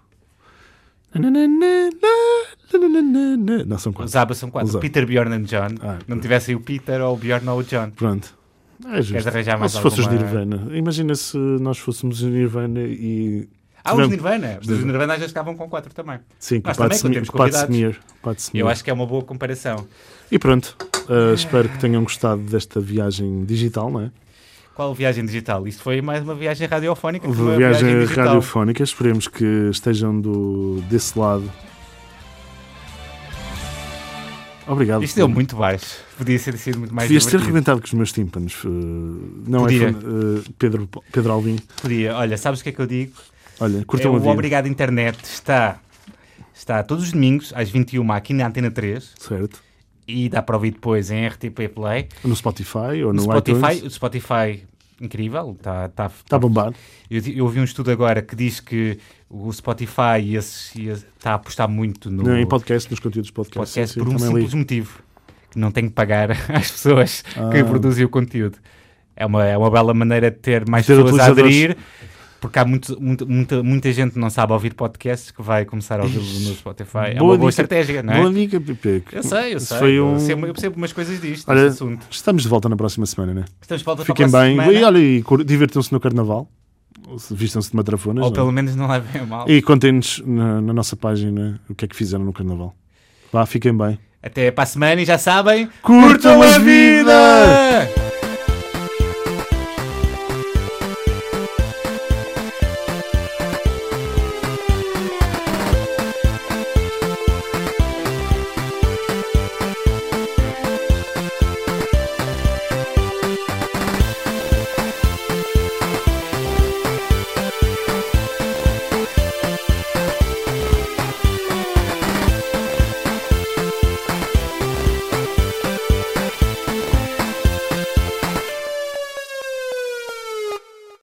Não, são quatro.
Os ABBA são quatro.
Os ABBA.
Peter, Bjorn and John.
Ah,
não tivesse aí o Peter ou o Bjorn ou o John.
Pronto. É justo.
Queres arranjar
Ou
mais
se fosse os
alguma-
Nirvana. Imagina se nós fôssemos os Nirvana e.
Ah, os
Tivemos-
Nirvana. Os Nirvana às vezes ficavam com quatro também.
Sim, com
Nós
o Pat
também, quando
Smear.
temos
Pat
convidados.
Smear, Pat Smear.
Eu acho que é uma boa comparação.
E pronto. Uh, espero que tenham gostado desta viagem digital, não é?
Qual viagem digital? Isto foi mais uma viagem radiofónica. que
Uma
É uma
viagem,
digital.
radiofónica. Esperemos que estejam do, desse lado. Obrigado.
Isto deu muito baixo. Podia ter sido muito mais
Devias ter
divertido.
arrebentado com os meus tímpanos. uh, não é
Podia.
fun- uh, Pedro, Pedro Alvim.
Podia. Olha, sabes o que é que eu digo?
Olha,
É,
curtam a
o
vida.
Obrigado Internet está, está todos os domingos às 21 aqui na Antena 3
Certo.
e dá para ouvir depois em RTP Play.
No Spotify ou
No
Tá no,
Spotify,
iTunes.
o Spotify incrível, está tá,
Está a bombar.
eu, di- eu ouvi um estudo agora que diz que o Spotify e esses- e esse- está a apostar muito no
Não, em podcast, nos conteúdos de podcast.
podcast
sim, sim,
por um
também
simples
li.
motivo, que não tem que pagar às pessoas que
Ah.
produzem o conteúdo. É uma, é uma bela maneira de ter mais
Ter
pessoas a
utilizadores.
aderir, porque há muito, muito- muita, muita gente que não sabe ouvir podcasts que vai começar a ouvi-lo no Spotify. é uma boa
dica.
estratégia, não é?
Boa dica, Pepe.
Eu sei, eu
Isso
sei.
foi
eu,
um-
percebo, eu percebo umas coisas disto,
Olha,
deste assunto.
Estamos de volta na próxima semana, né?
Estamos de volta para a
Fiquem
próxima
bem.
semana,
E olha, e cur- divirtam-se no carnaval. Ou se- Vistam-se de matrafonas.
ou
não é?
pelo menos não levem a mal.
E contem-nos na, na nossa página o que é que fizeram no carnaval. Vá, fiquem bem.
Até para a semana e já sabem,
Curtam a vida!
vida!